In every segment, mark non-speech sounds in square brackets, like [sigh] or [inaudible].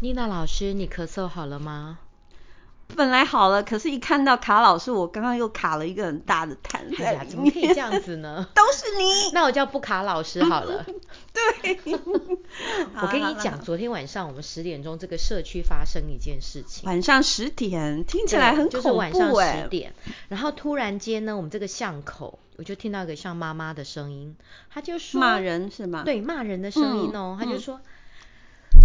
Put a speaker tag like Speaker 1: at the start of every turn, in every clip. Speaker 1: 妮娜老师，你咳嗽好了吗？
Speaker 2: 本来好了，可是一看到卡老师，我刚刚又卡了一个很大的痰
Speaker 1: 哎
Speaker 2: 在
Speaker 1: 呀，
Speaker 2: 里
Speaker 1: 怎么
Speaker 2: 面。？
Speaker 1: 可以这样子呢
Speaker 2: [laughs] 都是你。
Speaker 1: 那我叫布卡老师好
Speaker 2: [laughs]
Speaker 1: 了。
Speaker 2: 对。 [laughs] 好
Speaker 1: 我
Speaker 2: 啦
Speaker 1: 跟
Speaker 2: 好
Speaker 1: 你
Speaker 2: 啦
Speaker 1: 讲，昨天晚上我们十点钟这个社区发生一件事情，
Speaker 2: 晚上十点，听起
Speaker 1: 对
Speaker 2: 来很
Speaker 1: 就
Speaker 2: 恐
Speaker 1: 是
Speaker 2: 怖
Speaker 1: 晚上
Speaker 2: 哎、
Speaker 1: 十点，然后突然间呢，我们这个巷口我就听到一个像妈妈的声音，她就说
Speaker 2: 骂人是吗？
Speaker 1: 对骂人的声音哦
Speaker 2: 嗯，
Speaker 1: 她就
Speaker 2: 嗯
Speaker 1: 说。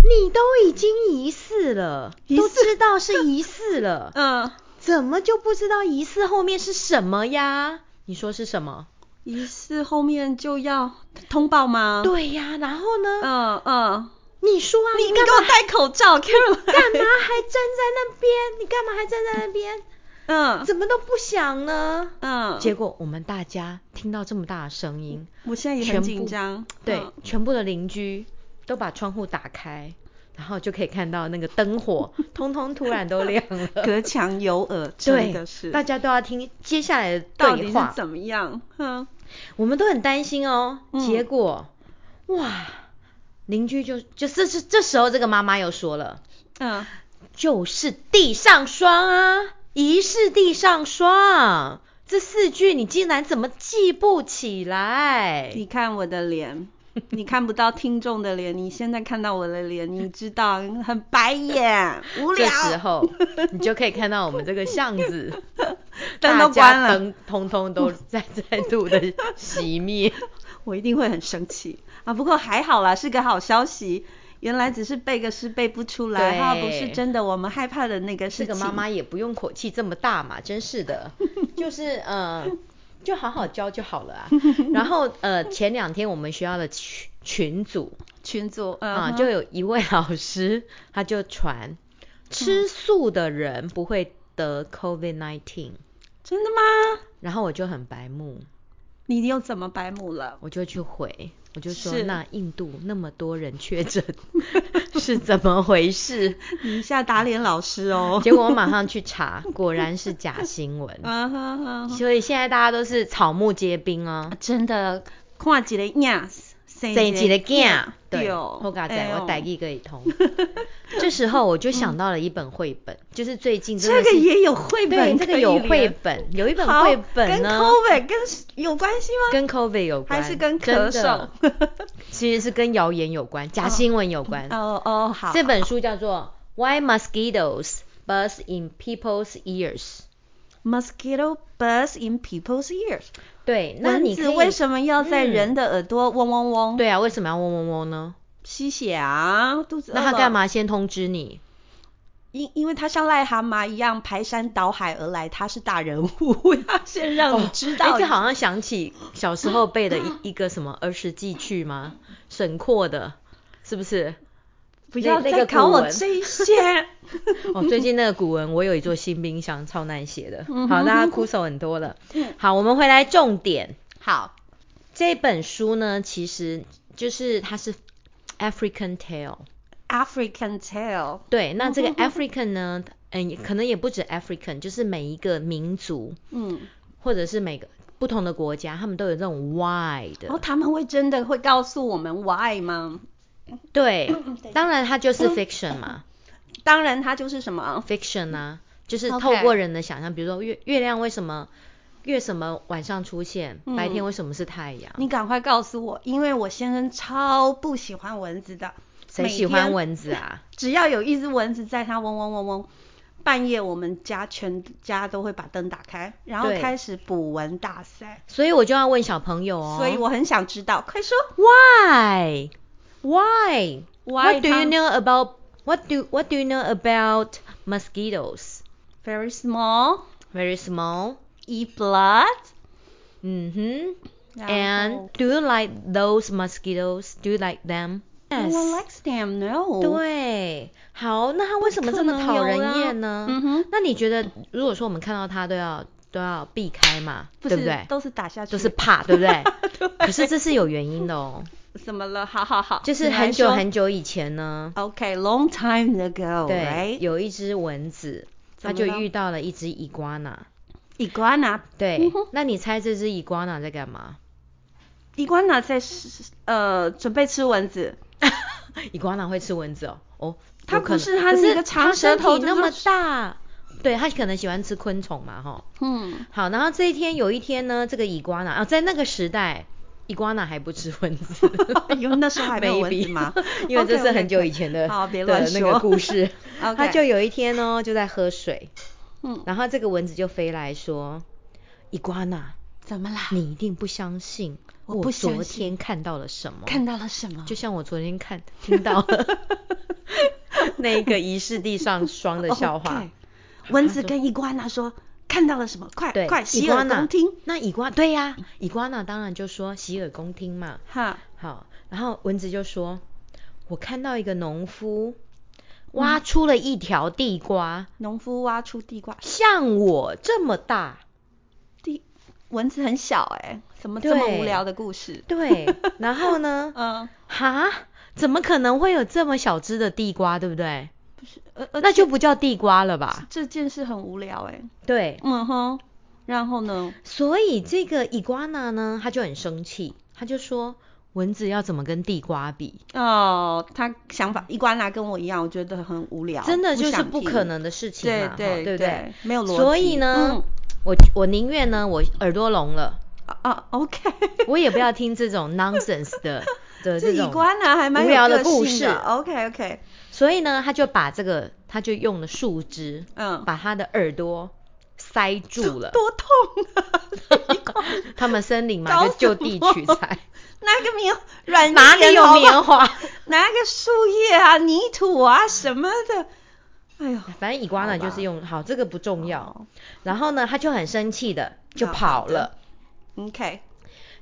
Speaker 1: 你都已经疑似了，
Speaker 2: 疑
Speaker 1: 都
Speaker 2: 似
Speaker 1: 知道是疑似了，
Speaker 2: [laughs] 嗯，
Speaker 1: 怎么就不知道疑似后面是什么呀？你说是什么？
Speaker 2: 疑似后面就要通报吗？，
Speaker 1: 对呀，然后呢？
Speaker 2: 嗯嗯，
Speaker 1: 你说啊，
Speaker 2: 你你
Speaker 1: 干
Speaker 2: 给
Speaker 1: 嘛
Speaker 2: 我戴口罩，Caroline，
Speaker 1: [laughs] 干嘛还站在那边？你干嘛还站在那边？
Speaker 2: 嗯
Speaker 1: 怎么都不想呢？
Speaker 2: 嗯，
Speaker 1: 结果我们大家听到这么大的声音，
Speaker 2: 我嗯现在也
Speaker 1: 全
Speaker 2: 很
Speaker 1: 部
Speaker 2: 紧张。
Speaker 1: 对，
Speaker 2: 嗯
Speaker 1: 全部的邻居都把窗户打开，然后就可以看到那个灯火，
Speaker 2: [laughs]
Speaker 1: 通通突然都亮了。
Speaker 2: 嗯隔墙有耳，真
Speaker 1: [laughs] 对
Speaker 2: 的是，，
Speaker 1: 大家都要听接下来的
Speaker 2: 到底
Speaker 1: 对
Speaker 2: 是
Speaker 1: 话，
Speaker 2: 怎么样？嗯，
Speaker 1: 我们都很担心哦。
Speaker 2: 嗯
Speaker 1: 结果，哇，邻居就就这是这时候这个妈妈又说了，
Speaker 2: 嗯，
Speaker 1: 就是地上霜啊，疑是地上霜。这四句你竟然怎么记不起来？
Speaker 2: 你看我的
Speaker 1: [laughs]
Speaker 2: 脸，你看不到听众的脸，你现在看到我的脸，你知道很白眼，无
Speaker 1: 这
Speaker 2: 聊。
Speaker 1: 时候你就可以看到我们这个巷子，
Speaker 2: [laughs] 灯
Speaker 1: 大
Speaker 2: 都
Speaker 1: 家
Speaker 2: 关了
Speaker 1: 灯通通都在再度的熄
Speaker 2: [laughs]
Speaker 1: 灭。
Speaker 2: 我一定会很生气啊！不过还好啦，是个好消息。原来只是背个诗背不出来，
Speaker 1: 对
Speaker 2: 哈，不是真的。我们害怕的那个
Speaker 1: 这
Speaker 2: 事情。
Speaker 1: 个妈妈也不用口气这么大嘛，真是
Speaker 2: [laughs]
Speaker 1: 的，就是呃，就好好教就
Speaker 2: [laughs]
Speaker 1: 好了啊。然后呃，前两天我们学校的群群组
Speaker 2: 群组
Speaker 1: 啊、
Speaker 2: 嗯哼
Speaker 1: 就有一位老师 [laughs] 他就传，吃素的人不会得 COVID nineteen，
Speaker 2: 真的吗？
Speaker 1: 然后我就很白目，
Speaker 2: 你又怎么白目了？
Speaker 1: 我就去回，我就说
Speaker 2: 是
Speaker 1: 那印度那么多人确诊 [laughs] 是怎么回事？ [laughs]
Speaker 2: 你一下打脸老师哦。
Speaker 1: 结果我马上去查，果然是假新闻。
Speaker 2: 嗯哼哼哼
Speaker 1: 所以现在大家都是草木皆兵啊
Speaker 2: 啊，真的看一个影，生
Speaker 1: 生一个囝，对，
Speaker 2: 对哦，
Speaker 1: 后嘎仔
Speaker 2: 哎呦
Speaker 1: 我逮一个一通。这时候我就想到了一本绘
Speaker 2: [laughs]
Speaker 1: 本，就是最近真
Speaker 2: 这
Speaker 1: 的
Speaker 2: 个
Speaker 1: 是
Speaker 2: 也有绘
Speaker 1: 对
Speaker 2: 本，
Speaker 1: 这个有绘本，有一本绘本
Speaker 2: 跟
Speaker 1: 呢，
Speaker 2: COVID 跟有关系吗？
Speaker 1: 跟 COVID 有关，
Speaker 2: 还是跟
Speaker 1: 真
Speaker 2: 咳
Speaker 1: 的
Speaker 2: 嗽？
Speaker 1: [laughs] 其实是跟谣言有关，假新闻有关。
Speaker 2: 哦哦，好，
Speaker 1: 这本书叫做《Why Mosquitoes Buzz in People's Ears》。
Speaker 2: Mosquito buzz in people's ears。
Speaker 1: 对，那
Speaker 2: 蚊
Speaker 1: 你可
Speaker 2: 子
Speaker 1: 以嗯
Speaker 2: 为什么要在人的耳朵嗡嗡嗡？，
Speaker 1: 对啊？为什么要嗡嗡嗡呢？
Speaker 2: 吸血啊，肚子饿
Speaker 1: 那
Speaker 2: 了
Speaker 1: 他干？嘛先通知你？
Speaker 2: 因因为它像癞蛤蟆一样排山倒海而来，它是大人物， [laughs] 要先让你知
Speaker 1: 哎、
Speaker 2: 道。
Speaker 1: 这好像想起小时候背的一一个什么儿时记
Speaker 2: [laughs]
Speaker 1: 趣吗？沈括的，是不是？
Speaker 2: 不要
Speaker 1: 那那个
Speaker 2: 再考
Speaker 1: 古
Speaker 2: 我
Speaker 1: 文
Speaker 2: 这
Speaker 1: [laughs]
Speaker 2: 些。
Speaker 1: 哦，最近那个古文我有一座新冰箱，超难写的。
Speaker 2: 嗯
Speaker 1: 好，
Speaker 2: 哼嗯
Speaker 1: 大家哭手很多了。好，我们回来重点。
Speaker 2: 好，
Speaker 1: 这本书呢，其实就是它是 African Tale。
Speaker 2: African tale，
Speaker 1: 对，那这个
Speaker 2: 嗯
Speaker 1: African 呢，嗯，可能也不止 African，就是每一个民族
Speaker 2: 嗯，
Speaker 1: 或者是每个不同的国家，他们都有这种 why 的。
Speaker 2: 然后他们会真的会告诉我们 why 吗？嗯
Speaker 1: 对，当然它就是 fiction 嘛。
Speaker 2: 当然，它就是什么
Speaker 1: fiction 啊，就是透
Speaker 2: OK
Speaker 1: 过人的想象，比如说月月亮为什么月什么晚上出现，
Speaker 2: 嗯
Speaker 1: 白天为什么是太阳？
Speaker 2: 你赶快告诉我，因为我先生超不喜欢蚊子的。
Speaker 1: 谁
Speaker 2: 每
Speaker 1: 喜欢
Speaker 2: 天
Speaker 1: 蚊子啊？
Speaker 2: [laughs] 只要有一只蚊子在它嗡嗡嗡嗡，半夜我们家全家都会把灯打开，然后
Speaker 1: 对
Speaker 2: 开始捕蚊大赛。
Speaker 1: 所以我就要问小朋友哦，
Speaker 2: 所以我很想知道，快说
Speaker 1: why why
Speaker 2: Why
Speaker 1: what do you
Speaker 2: 他
Speaker 1: know about what do what do you know about mosquitoes?
Speaker 2: very small
Speaker 1: Very small.
Speaker 2: eat blood
Speaker 1: 嗯哼。
Speaker 2: [laughs] 然后。
Speaker 1: And do you like those mosquitoes? Do you like them?
Speaker 2: no one likes them, no.，
Speaker 1: 对，好，那它为什么这么讨人厌呢？
Speaker 2: 嗯哼，
Speaker 1: 那你觉得，如果说我们看到它都要都要避开嘛，
Speaker 2: 不
Speaker 1: 对
Speaker 2: 是
Speaker 1: 不对？
Speaker 2: 都是打下去，
Speaker 1: 都是怕，对
Speaker 2: [laughs]
Speaker 1: 不对？可是这是有原因的哦，
Speaker 2: 怎么了？好好好，
Speaker 1: 就是很久很久以前呢，
Speaker 2: OK，long、time ago，
Speaker 1: 对
Speaker 2: ，Oh， right？
Speaker 1: 有一只蚊子，它
Speaker 2: 怎
Speaker 1: 就
Speaker 2: 么了
Speaker 1: 遇到了一只伊瓜娜。
Speaker 2: iguana
Speaker 1: 对，
Speaker 2: [laughs]
Speaker 1: 那你猜这只伊瓜娜在干嘛？
Speaker 2: iguana 在吃呃准备吃蚊子，
Speaker 1: 伊瓜娜会吃蚊子哦，哦，
Speaker 2: 它
Speaker 1: 有可
Speaker 2: 不是
Speaker 1: 能
Speaker 2: 它
Speaker 1: 可
Speaker 2: 是一
Speaker 1: 是
Speaker 2: 个长
Speaker 1: 它
Speaker 2: 舌
Speaker 1: 身
Speaker 2: 头
Speaker 1: 体
Speaker 2: 就
Speaker 1: 那
Speaker 2: 是
Speaker 1: 么大，对，它可能喜欢吃昆虫嘛，哈。
Speaker 2: 嗯，，
Speaker 1: 好，然后这一天有一天呢，这个伊瓜纳啊，在那个时代，伊瓜纳还不吃蚊子
Speaker 2: [laughs] 因为那时候还没有蚊子吗
Speaker 1: Maybe，因为这是
Speaker 2: OK，OK，
Speaker 1: 很久以前的
Speaker 2: 好别
Speaker 1: 的
Speaker 2: 乱
Speaker 1: 那个
Speaker 2: 说。
Speaker 1: 故事
Speaker 2: OK
Speaker 1: 他就有一天呢，就在喝水，
Speaker 2: 嗯，
Speaker 1: 然后这个蚊子就飞来说：“伊瓜纳，
Speaker 2: 怎么啦？
Speaker 1: 你一定不相信
Speaker 2: 我不相
Speaker 1: 昨
Speaker 2: 信
Speaker 1: 天看到了什么，
Speaker 2: 看到了什么？
Speaker 1: 就像我昨天看听到
Speaker 2: [laughs]
Speaker 1: 了那一个疑是地上霜的笑话。
Speaker 2: 哦 OK 蚊子跟伊瓜娜说看到了什么？快
Speaker 1: 对，
Speaker 2: 快，
Speaker 1: 伊
Speaker 2: 洗
Speaker 1: 瓜
Speaker 2: 耳
Speaker 1: 纳
Speaker 2: 恭听。
Speaker 1: 那伊瓜对呀、伊瓜纳当然就说洗耳恭听嘛。
Speaker 2: 哈，
Speaker 1: 好，然后蚊子就说：“我看到一个农
Speaker 2: 嗯
Speaker 1: 夫挖出了一条地瓜，
Speaker 2: 农夫挖出地瓜，
Speaker 1: 像我这么
Speaker 2: [laughs]
Speaker 1: 大。
Speaker 2: 地蚊子很小哎、怎么这么
Speaker 1: 对
Speaker 2: 无聊的故事？
Speaker 1: 对，然后呢？
Speaker 2: 嗯，
Speaker 1: 哈，怎么可能会有这么小只的地瓜，对不对？
Speaker 2: 不是，呃呃，
Speaker 1: 那就不叫地瓜了吧？
Speaker 2: 这件事很无聊哎、
Speaker 1: 对，
Speaker 2: 嗯哼，然后呢？
Speaker 1: 所以这个伊瓜娜呢，他就很生气，他就说蚊子要怎么跟地瓜比？
Speaker 2: 哦，他想法伊瓜娜跟我一样，我觉得很无聊，
Speaker 1: 真的就是
Speaker 2: 想
Speaker 1: 不
Speaker 2: 听
Speaker 1: 可能的事情
Speaker 2: 对
Speaker 1: 嘛，哈
Speaker 2: 对
Speaker 1: 对不
Speaker 2: 对没有逻辑
Speaker 1: 所以呢，
Speaker 2: 嗯
Speaker 1: 我我宁愿呢，我耳朵聋了，
Speaker 2: 啊啊，OK，
Speaker 1: 我也不要听这种 nonsense
Speaker 2: [laughs]
Speaker 1: 的
Speaker 2: 这
Speaker 1: 的 [laughs] 这
Speaker 2: 伊
Speaker 1: 种
Speaker 2: 瓜娜还蛮
Speaker 1: 无
Speaker 2: 有
Speaker 1: 聊
Speaker 2: 个
Speaker 1: 故
Speaker 2: 性哦
Speaker 1: 事。
Speaker 2: OK OK，
Speaker 1: 所以呢，他就把这个，他就用了树枝，
Speaker 2: 嗯，
Speaker 1: 把他的耳朵塞住了。
Speaker 2: 多痛啊！ [laughs]
Speaker 1: [laughs] 他们森林嘛，
Speaker 2: 搞
Speaker 1: 就就
Speaker 2: 什
Speaker 1: 地
Speaker 2: 么 [laughs]
Speaker 1: 取材，
Speaker 2: 拿个棉软
Speaker 1: 哪里
Speaker 2: 棉
Speaker 1: 有
Speaker 2: 好不 [laughs] 好
Speaker 1: 棉花？
Speaker 2: 拿个树叶啊、泥土啊什么的，哎呦，
Speaker 1: 反正伊瓜呢
Speaker 2: 好吧
Speaker 1: 就是用好，这个不重要
Speaker 2: 好。
Speaker 1: 然后呢，他就很生气的就
Speaker 2: 好
Speaker 1: 跑
Speaker 2: 好的
Speaker 1: 了。
Speaker 2: OK，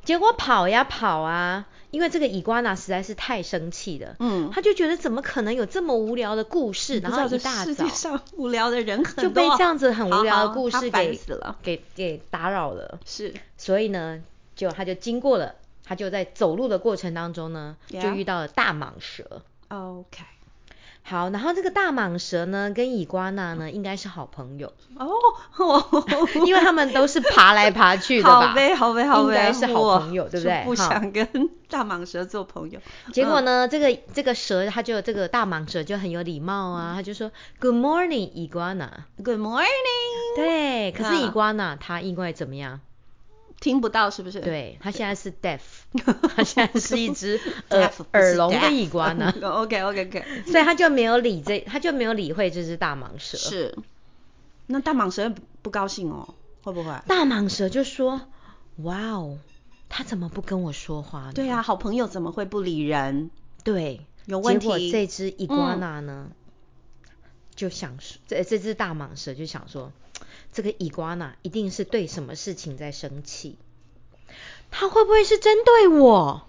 Speaker 1: 结果跑呀跑啊，因为这个伊瓜娜实在是太生气了，
Speaker 2: 嗯，
Speaker 1: 他就觉得怎么可能有这么无聊的故事，
Speaker 2: 不
Speaker 1: 然
Speaker 2: 知道
Speaker 1: 后
Speaker 2: 这
Speaker 1: 一大
Speaker 2: 世
Speaker 1: 早
Speaker 2: 界上无聊的人很多，
Speaker 1: 就被这样子很无聊
Speaker 2: 好
Speaker 1: 的故
Speaker 2: 好
Speaker 1: 事
Speaker 2: 他
Speaker 1: 给
Speaker 2: 烦死了，
Speaker 1: 给给打扰了，
Speaker 2: 是，
Speaker 1: 所以呢，就他就经过了，他就在走路的过程当中呢，
Speaker 2: Yeah
Speaker 1: 就遇到了大蟒蛇。
Speaker 2: OK，
Speaker 1: 好，然后这个大蟒蛇呢，跟伊瓜娜呢应该是好朋
Speaker 2: [laughs]
Speaker 1: 友，
Speaker 2: 哦，
Speaker 1: 因为他们都是爬来爬去的吧。
Speaker 2: 好呗，好呗，好呗，
Speaker 1: 应该是好朋友
Speaker 2: 我
Speaker 1: 对不对
Speaker 2: 就不
Speaker 1: 哈
Speaker 2: 想嗯跟大蟒蛇做朋友，
Speaker 1: 结果呢，这个这个蛇，它就这个大蟒蛇就很有礼貌啊，它就说 Good morning, iguana。
Speaker 2: 嗯？Good morning，
Speaker 1: 对，可是
Speaker 2: 嗯
Speaker 1: iguana 它因为怎么样？
Speaker 2: 听不到是不是？
Speaker 1: 对，它现在是 deaf，
Speaker 2: [laughs]
Speaker 1: 它现在是一只
Speaker 2: Deaf
Speaker 1: 耳
Speaker 2: 不是
Speaker 1: 耳聋的
Speaker 2: deaf [laughs]
Speaker 1: iguana，
Speaker 2: OK OK
Speaker 1: [laughs]
Speaker 2: OK，
Speaker 1: 所以它就没有理这，它就没有理会这只大蟒蛇。
Speaker 2: 是，那大蟒蛇不高兴哦，会不会？
Speaker 1: 大蟒蛇就说：“哇哦，它怎么不跟我说话呢？”
Speaker 2: 对啊，好朋友怎么会不理人？
Speaker 1: 对，
Speaker 2: 有问
Speaker 1: 结果
Speaker 2: 题嗯
Speaker 1: 这只伊瓜娜呢，就想说，这这只大蟒蛇就想说，这个伊瓜娜一定是对什么事情在生气，它会不会是针对我？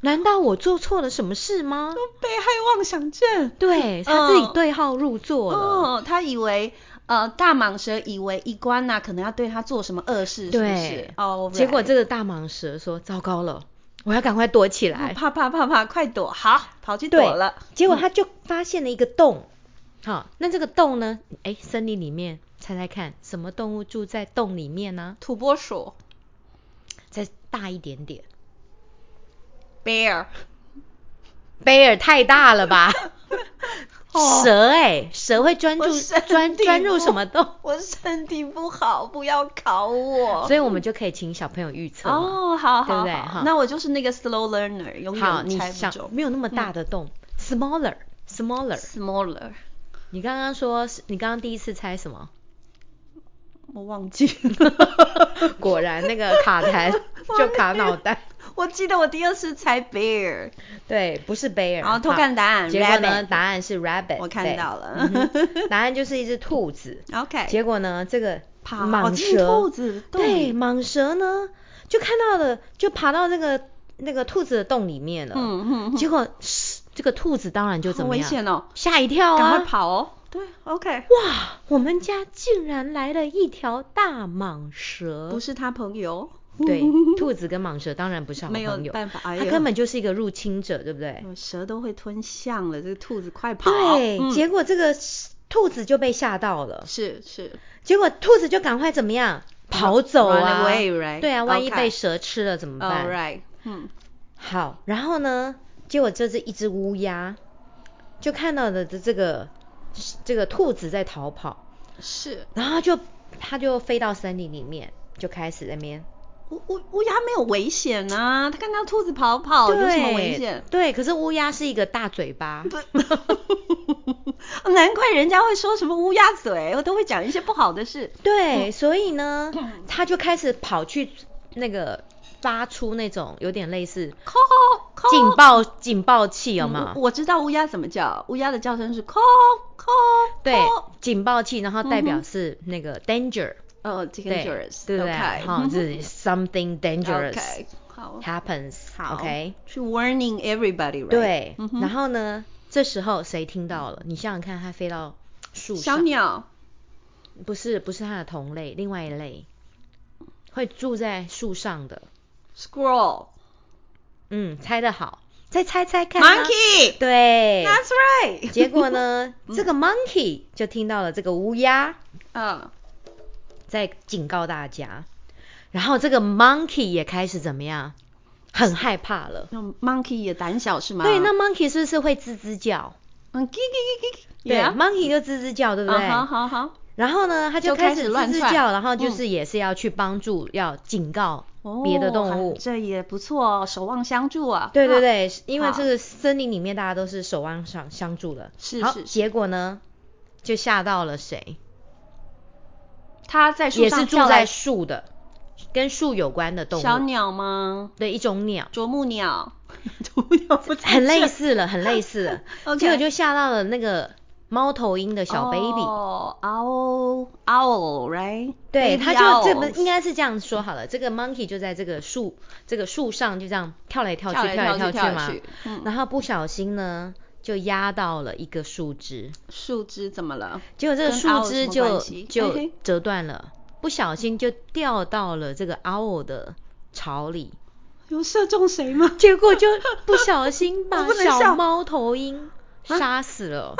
Speaker 1: 难道我做错了什么事吗？
Speaker 2: 被害妄想症。
Speaker 1: 对，它自
Speaker 2: 嗯
Speaker 1: 己对号入座了。
Speaker 2: 哦，他以为呃大蟒蛇以为伊瓜娜可能要对他做什么恶事，是不
Speaker 1: 对
Speaker 2: 是？，哦，
Speaker 1: 结果这个大蟒蛇说：“糟糕了，我要赶快躲起来。”
Speaker 2: 怕怕怕怕，快躲！好，跑去嗯躲
Speaker 1: 对
Speaker 2: 了。嗯
Speaker 1: 结果他就发现了一个洞，好、那这个洞呢？哎，森林里面，猜猜看，什么动物住在洞里面呢？
Speaker 2: 土拨鼠
Speaker 1: 再大一点点，
Speaker 2: bear，
Speaker 1: 贝尔太大了吧？
Speaker 2: [laughs] 哦
Speaker 1: 蛇哎、蛇会钻
Speaker 2: 我
Speaker 1: 入
Speaker 2: 身
Speaker 1: 钻
Speaker 2: 体
Speaker 1: 钻入
Speaker 2: 不
Speaker 1: 什么洞？
Speaker 2: 我身体不好，不要考我。
Speaker 1: [laughs] 所以我们就可以请小朋友预测嘛。
Speaker 2: 哦，好好
Speaker 1: 对不
Speaker 2: 好，
Speaker 1: 对哈
Speaker 2: 那我就是那个 slow learner，永哦
Speaker 1: 好，
Speaker 2: 远
Speaker 1: 你
Speaker 2: 猜不
Speaker 1: 想
Speaker 2: 中。嗯
Speaker 1: 没有那么大的洞、s m a l l e r smaller。
Speaker 2: smaller，
Speaker 1: 你刚刚说，你刚刚第一次猜什么？
Speaker 2: 我忘记了。
Speaker 1: [laughs] 果然那个卡痰就卡脑袋。
Speaker 2: 我记得我第二次猜 bear，
Speaker 1: [laughs] 对，不是贝尔。
Speaker 2: 好偷看答案
Speaker 1: 结果呢，
Speaker 2: rabbit
Speaker 1: 答案是 rabbit。
Speaker 2: 我看
Speaker 1: 对
Speaker 2: 到了
Speaker 1: 嗯
Speaker 2: [laughs]
Speaker 1: 哼答案就是一只兔子。
Speaker 2: OK，
Speaker 1: 结果呢，这个
Speaker 2: 爬
Speaker 1: 蟒
Speaker 2: 哦进
Speaker 1: 蛇，
Speaker 2: 兔子洞
Speaker 1: 对，
Speaker 2: 里
Speaker 1: 蟒蛇呢就看到了，就爬到那个那个兔子的洞里面了。
Speaker 2: 嗯嗯嗯
Speaker 1: 结果嘶这个兔子当然就怎
Speaker 2: 很
Speaker 1: 么
Speaker 2: 危
Speaker 1: 样？
Speaker 2: 险哦，
Speaker 1: 吓一跳
Speaker 2: 赶快
Speaker 1: 啊！
Speaker 2: 跑哦。对，OK，
Speaker 1: 哇，我们家竟然来了一条大蟒蛇！
Speaker 2: 不是他朋友，
Speaker 1: 对，兔子跟蟒蛇当然不是好朋
Speaker 2: 没有
Speaker 1: 友，
Speaker 2: 办法哎
Speaker 1: 它
Speaker 2: 呀
Speaker 1: 根本就是一个入侵者，对不对？
Speaker 2: 呃蛇都会吞象了，这个兔子快跑。
Speaker 1: 对，
Speaker 2: 嗯
Speaker 1: 结果这个兔子就被吓到了，
Speaker 2: 是是，
Speaker 1: 结果兔子就赶快怎么样跑走啊
Speaker 2: Run away, right?
Speaker 1: 对啊，万一
Speaker 2: Okay. Oh,
Speaker 1: 被蛇吃了怎么办
Speaker 2: All right，嗯，
Speaker 1: 好，然后呢，结果这是一只乌鸦，就看到了这这个这个兔子在逃跑，
Speaker 2: 是
Speaker 1: 然后就它就飞到森林里面，就开始在那边
Speaker 2: 乌乌乌鸦没有危险啊，它看到兔子跑跑哦有什么危险？
Speaker 1: 对，可是乌鸦是一个大嘴巴，
Speaker 2: [laughs] 难怪人家会说什么乌鸦嘴，我都会讲一些不好的 [laughs] 事。嗯
Speaker 1: 对，所以呢，它就开始跑去那个发出那种有点类似
Speaker 2: 扣扣
Speaker 1: 警报警报器，有吗？
Speaker 2: 嗯我知道乌鸦怎么叫，乌鸦的叫声是扣扣。
Speaker 1: 对
Speaker 2: 扣，
Speaker 1: 警报器，然后代
Speaker 2: 嗯
Speaker 1: 表
Speaker 2: 哼
Speaker 1: 是那个 danger，
Speaker 2: 哦，dangerous，
Speaker 1: 对对不对？
Speaker 2: OK 嗯
Speaker 1: 哈，
Speaker 2: [laughs]
Speaker 1: 就是 something dangerous
Speaker 2: OK，好，
Speaker 1: happens，
Speaker 2: 好
Speaker 1: OK，
Speaker 2: 去 warning everybody，right？
Speaker 1: 对
Speaker 2: 嗯哼，
Speaker 1: 然后呢，这时候谁听到了？你想想看，它飞到树上，
Speaker 2: 小鸟
Speaker 1: 不是不是它的同类，另外一类会住在树上的，
Speaker 2: squirrel
Speaker 1: 嗯，猜的好，再猜猜看啊
Speaker 2: monkey，that's
Speaker 1: 对
Speaker 2: right。
Speaker 1: 结果 [laughs] 呢，这个 monkey 就听到了这个乌鸦
Speaker 2: 嗯，
Speaker 1: 在警告大家，然后这个 monkey 也开始怎么样，很害怕了。
Speaker 2: 那 monkey 也胆小是吗？
Speaker 1: 对，那 monkey 是不是会吱吱叫？
Speaker 2: 嗯，叽叽叽叽，
Speaker 1: 对啊
Speaker 2: Yeah
Speaker 1: ，monkey 就吱吱叫，对不对？
Speaker 2: 啊好好好，
Speaker 1: 然后呢，它
Speaker 2: 就
Speaker 1: 嗯就
Speaker 2: 开
Speaker 1: 开
Speaker 2: 始
Speaker 1: 始嗯
Speaker 2: 乱
Speaker 1: 吱吱
Speaker 2: 窜
Speaker 1: 叫，然后就是也是要去帮助，要警告
Speaker 2: 哦
Speaker 1: 别的动物。
Speaker 2: 这也不错哦，守望相助啊。
Speaker 1: 对对
Speaker 2: 啊，
Speaker 1: 对，因为
Speaker 2: 好
Speaker 1: 这个森林里面大家都是手腕上相助的。
Speaker 2: 是
Speaker 1: 好
Speaker 2: 是，是
Speaker 1: 结果呢，就吓到了谁？
Speaker 2: 它在树
Speaker 1: 也是
Speaker 2: 上
Speaker 1: 住
Speaker 2: 跳来
Speaker 1: 在树的，跟树有关的动物。
Speaker 2: 小鸟
Speaker 1: [laughs]
Speaker 2: 吗？
Speaker 1: 对，一
Speaker 2: [laughs]
Speaker 1: 种鸟，
Speaker 2: 啄木鸟，啄木鸟不。
Speaker 1: 很类似了，很类似了
Speaker 2: OK [laughs]
Speaker 1: 结果就吓到了那个猫头鹰的小 baby。
Speaker 2: 哦，owl owl right？
Speaker 1: 对，
Speaker 2: Baby
Speaker 1: 它就这
Speaker 2: owls
Speaker 1: 么应该是这样说好了。这个 monkey 就在这个树这个树上就这样跳来跳去，
Speaker 2: 跳来
Speaker 1: 来
Speaker 2: 跳去
Speaker 1: 去
Speaker 2: 跳来
Speaker 1: 嘛
Speaker 2: 去嗯。
Speaker 1: 然后不小心呢，就压到了一个树枝，
Speaker 2: 树枝怎么了？
Speaker 1: 结果这个
Speaker 2: 跟
Speaker 1: 树
Speaker 2: owl 有什么
Speaker 1: 枝就
Speaker 2: 关系哎嘿
Speaker 1: 就
Speaker 2: 嘿
Speaker 1: 折断了，不小心就掉到了这个 owl 的巢里，
Speaker 2: 有射中谁吗？
Speaker 1: 结果就不小心
Speaker 2: [laughs] 我
Speaker 1: 把
Speaker 2: 不能笑啊
Speaker 1: 小猫头鹰杀死
Speaker 2: [laughs]
Speaker 1: 了。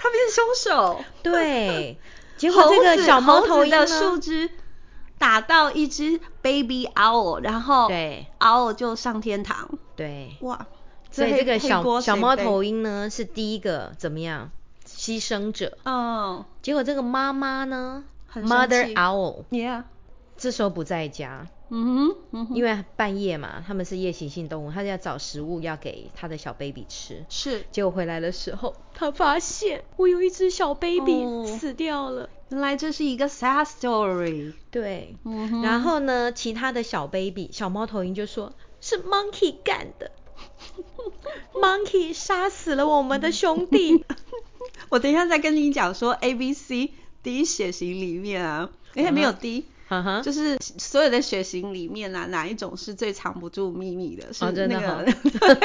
Speaker 2: 他变凶手。
Speaker 1: 对，结果
Speaker 2: 猴
Speaker 1: 这个
Speaker 2: 子
Speaker 1: 小猫
Speaker 2: 猴
Speaker 1: 头
Speaker 2: 子
Speaker 1: 鹰
Speaker 2: 的
Speaker 1: 呢
Speaker 2: 树枝打到一只 baby owl，然后
Speaker 1: 对
Speaker 2: owl 就上天堂。
Speaker 1: 对，
Speaker 2: 哇，
Speaker 1: 所以这个
Speaker 2: 黑
Speaker 1: 小
Speaker 2: 锅
Speaker 1: 小
Speaker 2: 谁
Speaker 1: 猫
Speaker 2: 背
Speaker 1: 头，鹰呢是第一个怎么样牺牲者，
Speaker 2: 嗯
Speaker 1: 结果这个妈妈呢
Speaker 2: 很生
Speaker 1: ，Mother
Speaker 2: 气
Speaker 1: Owl
Speaker 2: ，yeah，
Speaker 1: 这时候不在家，
Speaker 2: 嗯哼，嗯哼
Speaker 1: 因为半夜嘛，他们是夜行性动物，它要找食物要给它的小 baby 吃。
Speaker 2: 是
Speaker 1: 结果回来的时候，他发现我有一只小 baby
Speaker 2: 哦
Speaker 1: 死掉了。
Speaker 2: 原来这是一个 sad story，
Speaker 1: 对，
Speaker 2: 嗯哼
Speaker 1: 然后呢，其他的小 baby 小猫头鹰就说是 monkey 干的 [laughs] ，monkey 杀死了我们的兄弟。
Speaker 2: 我等一下再跟你讲说 A B C 第一血型里面啊，哎没有 D，
Speaker 1: [laughs] 哈哈
Speaker 2: 就是所有的血型里面啊，哪一种是最藏不住秘密的？是那
Speaker 1: 真的
Speaker 2: 个， [laughs]
Speaker 1: 哦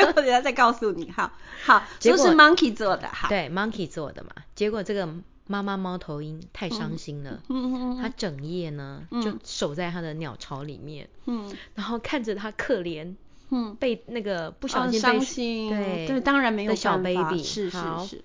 Speaker 2: 我等一下再告诉你。好，好，
Speaker 1: 结
Speaker 2: 就
Speaker 1: 果
Speaker 2: 是 monkey 做的，好，
Speaker 1: 对，monkey 做的嘛。结果这个妈妈猫头鹰太伤心了，
Speaker 2: 嗯，嗯
Speaker 1: 它整夜呢就
Speaker 2: 嗯
Speaker 1: 守在它的鸟巢里面，
Speaker 2: 嗯
Speaker 1: 然后看着它可怜
Speaker 2: 嗯，
Speaker 1: 被那个不
Speaker 2: 不
Speaker 1: 小哦心被、
Speaker 2: 伤心，
Speaker 1: 对
Speaker 2: 对，当然没有
Speaker 1: 的小
Speaker 2: 办法
Speaker 1: baby
Speaker 2: 是是
Speaker 1: 好
Speaker 2: 是，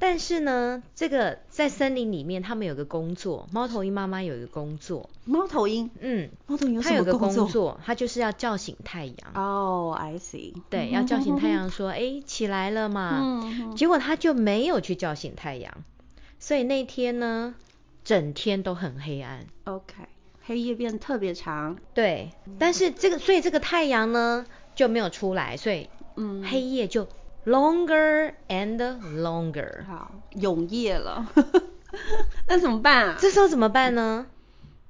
Speaker 1: 但是呢，这个在森林里面，他们有个工作，猫头鹰妈妈有一个工作，
Speaker 2: 猫头鹰，
Speaker 1: 嗯，
Speaker 2: 猫头鹰有
Speaker 1: 它
Speaker 2: 什
Speaker 1: 有
Speaker 2: 么
Speaker 1: 个工
Speaker 2: 作？
Speaker 1: 作，它就是要叫醒太阳。
Speaker 2: 哦、i see，
Speaker 1: 对，要叫醒太阳，说，哎，起来了嘛。
Speaker 2: 嗯，
Speaker 1: 结果他就没有去叫醒太阳，所以那天呢，整天都很黑暗。
Speaker 2: OK，黑夜变得特别长，
Speaker 1: 对，但是这个，所以这个太阳呢就没有出来，所以
Speaker 2: 嗯，
Speaker 1: 黑夜就 longer and longer。
Speaker 2: 好，永夜
Speaker 1: [laughs]
Speaker 2: 了，那怎么办啊？
Speaker 1: 这时候怎么办呢？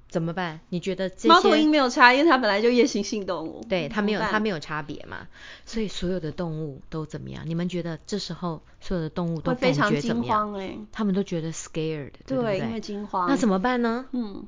Speaker 1: 怎么办？你觉得这
Speaker 2: 猫头鹰
Speaker 1: 些
Speaker 2: 没有差，因为它本来就夜行性动物，
Speaker 1: 对它没有它没
Speaker 2: 有
Speaker 1: 有差别嘛？所以所有的动物都怎么样？你们觉得这时候所有的动物都
Speaker 2: 会非
Speaker 1: 感
Speaker 2: 常
Speaker 1: 觉怎
Speaker 2: 惊
Speaker 1: 么样？
Speaker 2: 慌哎、
Speaker 1: 他们都觉得 scared，对不
Speaker 2: 因为惊慌，
Speaker 1: 那怎
Speaker 2: 么？
Speaker 1: 么办呢？
Speaker 2: 嗯，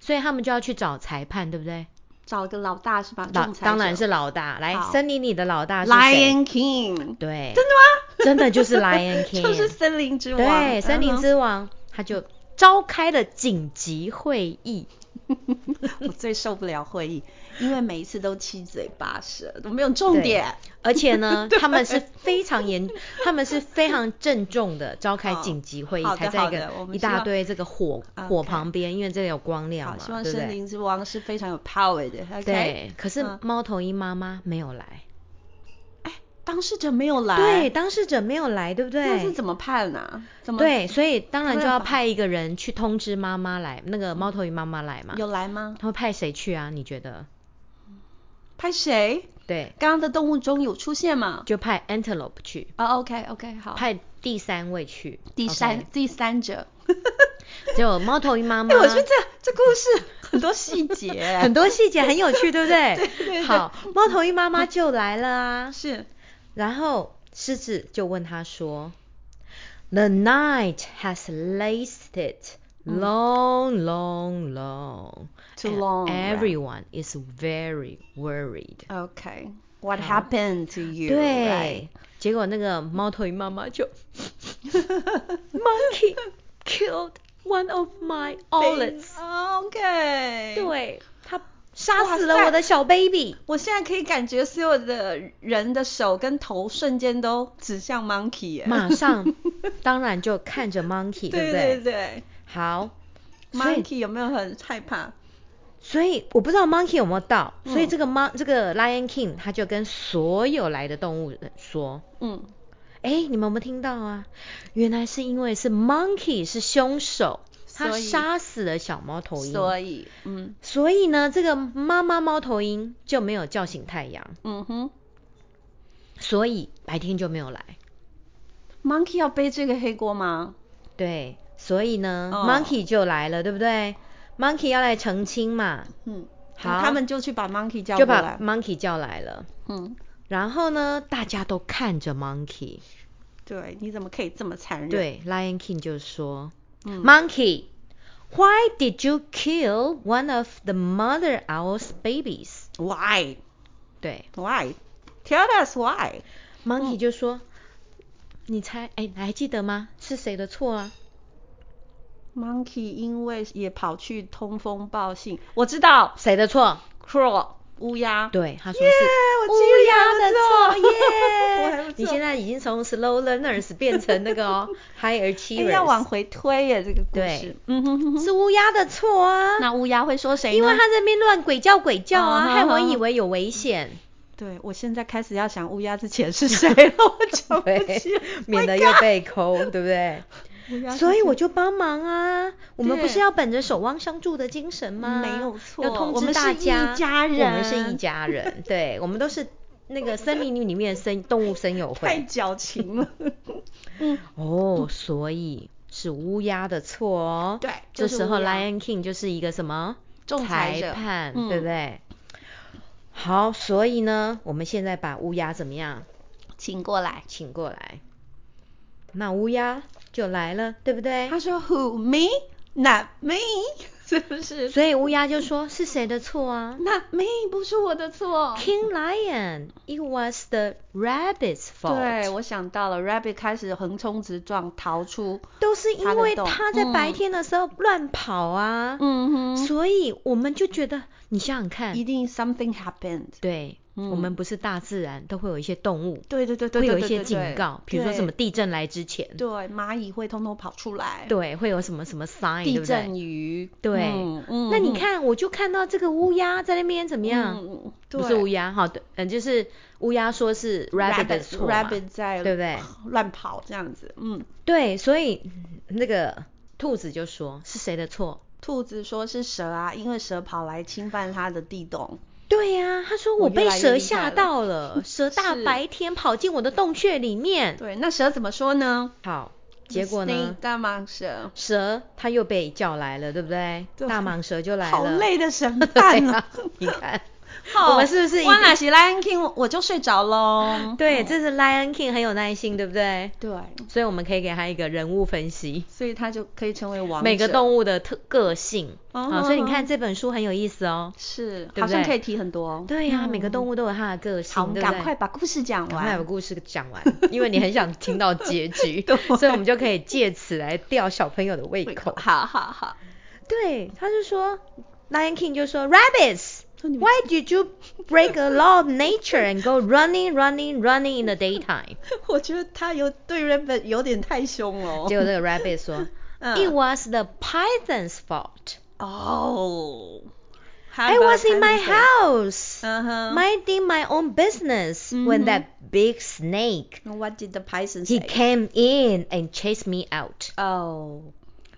Speaker 1: 所以他们就要去找裁判，对不对？
Speaker 2: 找个老大是吧？
Speaker 1: 老
Speaker 2: 仲裁者
Speaker 1: 当然是老大，来
Speaker 2: 好
Speaker 1: 森林里的老大是谁？
Speaker 2: Lion King，
Speaker 1: 对，真的吗？真的就是 Lion
Speaker 2: [laughs]
Speaker 1: King，
Speaker 2: 就是森林之王，
Speaker 1: 对，森林
Speaker 2: 嗯
Speaker 1: 之王，他就召开了紧急会议。
Speaker 2: 哼，我最受不了会议，因为每一次都七嘴八舌，都没有重
Speaker 1: 对
Speaker 2: 点。
Speaker 1: 而且
Speaker 2: [laughs]
Speaker 1: 呢，他们是非常严，他们是非常郑重的召开紧急会议
Speaker 2: 好，的
Speaker 1: 才在一
Speaker 2: 好
Speaker 1: 个
Speaker 2: 的我们
Speaker 1: 一
Speaker 2: 希望
Speaker 1: 大堆这个火
Speaker 2: OK
Speaker 1: 火旁边，因为这里有光亮
Speaker 2: 好，
Speaker 1: 嘛，
Speaker 2: 啊希望
Speaker 1: 对不
Speaker 2: 森
Speaker 1: 对？
Speaker 2: 林之王是
Speaker 1: 嗯
Speaker 2: 非常有 power 的。OK，
Speaker 1: 对，可是
Speaker 2: 嗯
Speaker 1: 猫头鹰妈妈没有来，
Speaker 2: 哎当事者没有来，
Speaker 1: 对，当事者没有来，对不对？
Speaker 2: 那是怎么判啊？怎么
Speaker 1: 对，所以当然就
Speaker 2: 办
Speaker 1: 要
Speaker 2: 法
Speaker 1: 派一个人去通知妈妈来，那个猫头鹰妈妈来嘛。
Speaker 2: 嗯有来吗？
Speaker 1: 他会派谁去啊？你觉得？
Speaker 2: 派谁？
Speaker 1: 对，
Speaker 2: 刚刚的动物中有出现吗？
Speaker 1: 就派 antelope 去，
Speaker 2: 啊，OK，OK、o k OK，好，
Speaker 1: 派第三位去。
Speaker 2: 第 [laughs]
Speaker 1: OK
Speaker 2: 三第三者。
Speaker 1: 结果猫头鹰妈
Speaker 2: 哎、
Speaker 1: 妈，
Speaker 2: 我觉得这这故事很多细节，
Speaker 1: 嗯 [laughs] 很多细节很有趣，对不对？
Speaker 2: [laughs] 对对嗯
Speaker 1: 好，猫头鹰妈妈就来了啊。
Speaker 2: 是
Speaker 1: 然后狮子就问他说：“The night has lasted long, long, long.
Speaker 2: 嗯 Too
Speaker 1: and
Speaker 2: long, right?
Speaker 1: Everyone is very worried.”
Speaker 2: OK。What
Speaker 1: 好
Speaker 2: happened to you？
Speaker 1: 对，结果那个猫头鹰妈妈
Speaker 2: [laughs]
Speaker 1: 就，Monkey killed one of my
Speaker 2: ，Right？
Speaker 1: olives。
Speaker 2: [laughs] OK。，
Speaker 1: 对，他杀
Speaker 2: 哇
Speaker 1: 死了
Speaker 2: 塞
Speaker 1: 我的小 baby。
Speaker 2: 我现在可以感觉所有的人的手跟头瞬间都指向 Monkey 耶。
Speaker 1: 马
Speaker 2: [laughs]
Speaker 1: 上，当然就看着 Monkey，
Speaker 2: 对
Speaker 1: 不
Speaker 2: 对对
Speaker 1: 好，所以
Speaker 2: ，Monkey 有没有很害怕？
Speaker 1: 所以我不知道 Monkey 有没有到，
Speaker 2: 嗯
Speaker 1: 所以这个 Mon 这个 Lion King 他就跟所有来的动物说。
Speaker 2: 嗯，
Speaker 1: 哎，你们有没有听到啊？原来是因为是 monkey 是凶手，他
Speaker 2: 所以
Speaker 1: 杀死了小猫头鹰，
Speaker 2: 所以，嗯
Speaker 1: 所以呢，这个妈妈猫头鹰就没有叫醒太阳，
Speaker 2: 嗯哼
Speaker 1: 所以白天就没有来。
Speaker 2: ，Monkey 要背这个黑锅吗？
Speaker 1: 对，所以呢、
Speaker 2: 哦
Speaker 1: m o n k e y 就来了，对不对？Monkey 要来澄清嘛，
Speaker 2: 嗯，
Speaker 1: 好
Speaker 2: 他们就去把 Monkey 叫
Speaker 1: 就
Speaker 2: 过
Speaker 1: 把
Speaker 2: 来。
Speaker 1: Monkey 叫来了。
Speaker 2: 嗯，
Speaker 1: 然后呢，大家都看着 Monkey，
Speaker 2: 对，你怎么可以这么残忍？，
Speaker 1: 对，Lion King 就说、
Speaker 2: 嗯
Speaker 1: m o n k e y Why did you kill one of the mother owl's babies？
Speaker 2: ，Why
Speaker 1: 对
Speaker 2: Why Tell us why？哦
Speaker 1: ，Monkey 就说：“你猜，哎，你还记得吗？是谁的错啊？
Speaker 2: Monkey 因为也跑去通风报信，我知道
Speaker 1: 谁的错？
Speaker 2: ，Crow 乌鸦，
Speaker 1: 对，他
Speaker 2: 哦耶，
Speaker 1: 说是
Speaker 2: 我记
Speaker 1: 乌
Speaker 2: 得
Speaker 1: 鸦的
Speaker 2: 还
Speaker 1: 错
Speaker 2: 不错我还
Speaker 1: 耶
Speaker 2: 不！错
Speaker 1: 你现在已经从 slow learners 变成那个
Speaker 2: [laughs]
Speaker 1: 哦 high
Speaker 2: 哎要往
Speaker 1: achievers，
Speaker 2: 回推耶，这个故事
Speaker 1: 对，
Speaker 2: 嗯哼哼哼，
Speaker 1: 是乌鸦的错啊。
Speaker 2: 那乌鸦会说谁呢？
Speaker 1: 因为他在那边乱鬼叫鬼叫啊，
Speaker 2: 哦
Speaker 1: 害我
Speaker 2: 好好
Speaker 1: 以为有
Speaker 2: [laughs]
Speaker 1: 危险，
Speaker 2: 对我现在开始要想乌鸦之前是谁了，我
Speaker 1: [laughs]
Speaker 2: 讲哦不起
Speaker 1: 对
Speaker 2: 来，
Speaker 1: 免得
Speaker 2: My
Speaker 1: 又
Speaker 2: God
Speaker 1: 被抠，对不对？
Speaker 2: 乌鸦之前
Speaker 1: 所以我就帮忙啊，我们
Speaker 2: 对
Speaker 1: 不是要本着守望相助的精神吗？
Speaker 2: 啊没有错
Speaker 1: 要通
Speaker 2: 我
Speaker 1: 知
Speaker 2: 们是
Speaker 1: 大家，
Speaker 2: 一家人
Speaker 1: 我们是一家人，对，我们都是那个森林里面的森动物森友
Speaker 2: 太
Speaker 1: 会。
Speaker 2: 矫情了，嗯，
Speaker 1: 哦，所以是乌鸦的错哦。
Speaker 2: 对
Speaker 1: 这
Speaker 2: 就是
Speaker 1: 时候
Speaker 2: 乌鸦
Speaker 1: Lion King 就是一个什么
Speaker 2: 仲裁者
Speaker 1: 判，
Speaker 2: 嗯
Speaker 1: 对不对？好，所以呢，我们现在把乌鸦怎么样
Speaker 2: 请过来。
Speaker 1: 请过来？那乌鸦就来了，对不对？
Speaker 2: 他说 Who me? Not me，是 [laughs] 不是？嗯
Speaker 1: 所以乌鸦就说：“是谁的错啊
Speaker 2: Not me 不是我的错。
Speaker 1: ？”King Lion, it was the rabbit's fault。
Speaker 2: 对，我想到了，Rabbit 开始横冲直撞逃出。
Speaker 1: 都是因为
Speaker 2: 他的洞
Speaker 1: 他在白
Speaker 2: 嗯
Speaker 1: 天的时候乱跑啊，
Speaker 2: 嗯哼，
Speaker 1: 所以我们就觉得，你想想看
Speaker 2: 一，定 something happened。
Speaker 1: 对，
Speaker 2: 嗯
Speaker 1: 我们不是大自然都会有一些动物，
Speaker 2: 对对对对
Speaker 1: 会
Speaker 2: 对
Speaker 1: 有
Speaker 2: 对
Speaker 1: 一些警告，比如说什么。
Speaker 2: 对对
Speaker 1: 地震来之前，
Speaker 2: 对，蚂蚁会通通跑出来。，
Speaker 1: 对，会有什么什么 sign，对
Speaker 2: 地
Speaker 1: 不
Speaker 2: 震
Speaker 1: 对？
Speaker 2: 鱼。
Speaker 1: 对
Speaker 2: 嗯嗯
Speaker 1: 那你看，我就看到这个乌鸦在那边怎么样？
Speaker 2: 嗯嗯对
Speaker 1: 不是乌鸦，好，对嗯，就是乌鸦说是 rabbit 的错嘛
Speaker 2: ，Rabbit 在
Speaker 1: 对不对？
Speaker 2: [laughs] 乱跑这样子。嗯，
Speaker 1: 对，所以那个兔子就说是谁的错？
Speaker 2: 兔子说是蛇啊，因为蛇跑来侵犯它的地洞。
Speaker 1: 对呀、他说
Speaker 2: 我
Speaker 1: 我
Speaker 2: 越
Speaker 1: 被
Speaker 2: 来越
Speaker 1: 蛇
Speaker 2: 厉
Speaker 1: 吓
Speaker 2: 害了
Speaker 1: 到了， [laughs] 蛇大
Speaker 2: 是
Speaker 1: 白天跑进我的洞穴里面。
Speaker 2: 对，那蛇怎么说呢？
Speaker 1: 好，结果
Speaker 2: Snake
Speaker 1: 呢？
Speaker 2: 大蟒蛇，
Speaker 1: 蛇它又被叫来了，对不对？
Speaker 2: 对
Speaker 1: 大蟒蛇就来了。
Speaker 2: 好累的
Speaker 1: [laughs]
Speaker 2: 神蛋啊！
Speaker 1: 你看，
Speaker 2: [laughs] 好啊
Speaker 1: 我们是不是已
Speaker 2: 我
Speaker 1: 经
Speaker 2: 哪是 Lion King，我就睡着喽。
Speaker 1: 对，这是 Lion King 很有耐心，对不对？
Speaker 2: 对，
Speaker 1: 所以我们可以给他一个人物分析，
Speaker 2: 所以它就可以成为王者。
Speaker 1: 每个动物的特个性。
Speaker 2: 哦
Speaker 1: 好，所以你看这本书很有意思哦。
Speaker 2: 是
Speaker 1: 对不对
Speaker 2: 好像可以提很多。
Speaker 1: 对呀、
Speaker 2: 嗯
Speaker 1: 每个动物都有它的个性，
Speaker 2: 好，我们
Speaker 1: 对不对
Speaker 2: 赶快把故事讲
Speaker 1: 赶快把
Speaker 2: 完。
Speaker 1: 故事讲完，因为你很想听到结
Speaker 2: [laughs]
Speaker 1: 局
Speaker 2: 对，
Speaker 1: 所以我们就可以借此来吊小朋友的胃口。
Speaker 2: 好好好， [laughs]
Speaker 1: 对，他就说，Lion King 就说，Rabbits。
Speaker 2: 说你们
Speaker 1: Why did you break a law of nature and go running, running, running in
Speaker 2: [laughs]
Speaker 1: the daytime？
Speaker 2: 我觉得他有对 Rabbit 有点太凶了。
Speaker 1: 结果这个 rabbit 说、
Speaker 2: 嗯
Speaker 1: i t was the python's fault。
Speaker 2: 哦，
Speaker 1: I was in my house,
Speaker 2: Uh-huh.
Speaker 1: minding my own business when
Speaker 2: Mhm.
Speaker 1: that big snake
Speaker 2: Uh-huh What did the Python
Speaker 1: he
Speaker 2: say?
Speaker 1: came in and chased me out.
Speaker 2: Oh,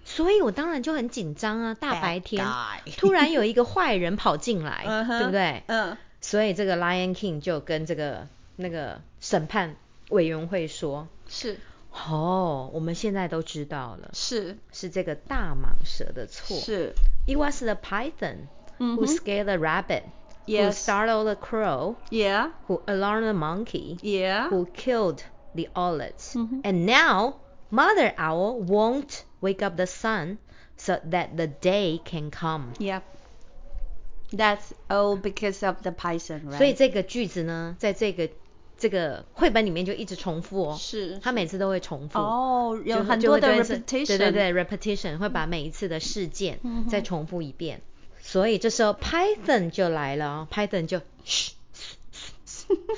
Speaker 1: 所以我当然就很紧张啊，大
Speaker 2: Bad
Speaker 1: 白天
Speaker 2: guy
Speaker 1: 突然有一个坏人跑进
Speaker 2: [laughs]
Speaker 1: 来
Speaker 2: 嗯哼
Speaker 1: 对不对？
Speaker 2: 嗯
Speaker 1: 所以这个 Lion King 就跟这个那个审判委员会说
Speaker 2: 是：“
Speaker 1: 哦，我们现在都知道了，
Speaker 2: 是
Speaker 1: 是这个大蟒蛇的错。
Speaker 2: 是，
Speaker 1: It was the python
Speaker 2: 嗯
Speaker 1: who
Speaker 2: 哼
Speaker 1: scared the rabbit, who
Speaker 2: Yes.
Speaker 1: startled the crow,
Speaker 2: ，Yeah
Speaker 1: who alarmed the monkey,
Speaker 2: Yeah，
Speaker 1: who killed the owlet.
Speaker 2: Mhm.
Speaker 1: And now, mother owl won't wake up the sun so that the day can come.
Speaker 2: Yep. That's all because of the Python, right?
Speaker 1: 所以这个句子呢，在这个这个绘本里面就一直重复哦，
Speaker 2: 是
Speaker 1: 它每次都会重复。
Speaker 2: 哦，
Speaker 1: 就
Speaker 2: 有
Speaker 1: 会
Speaker 2: 很
Speaker 1: 就
Speaker 2: 多
Speaker 1: 会
Speaker 2: 的
Speaker 1: 对是
Speaker 2: repetition，
Speaker 1: 对对对
Speaker 2: [laughs]
Speaker 1: ，repetition 会把每一次的事件
Speaker 2: 嗯哼
Speaker 1: 再重复一遍，所以这时候 Python 就来了哦，Python 就嘘，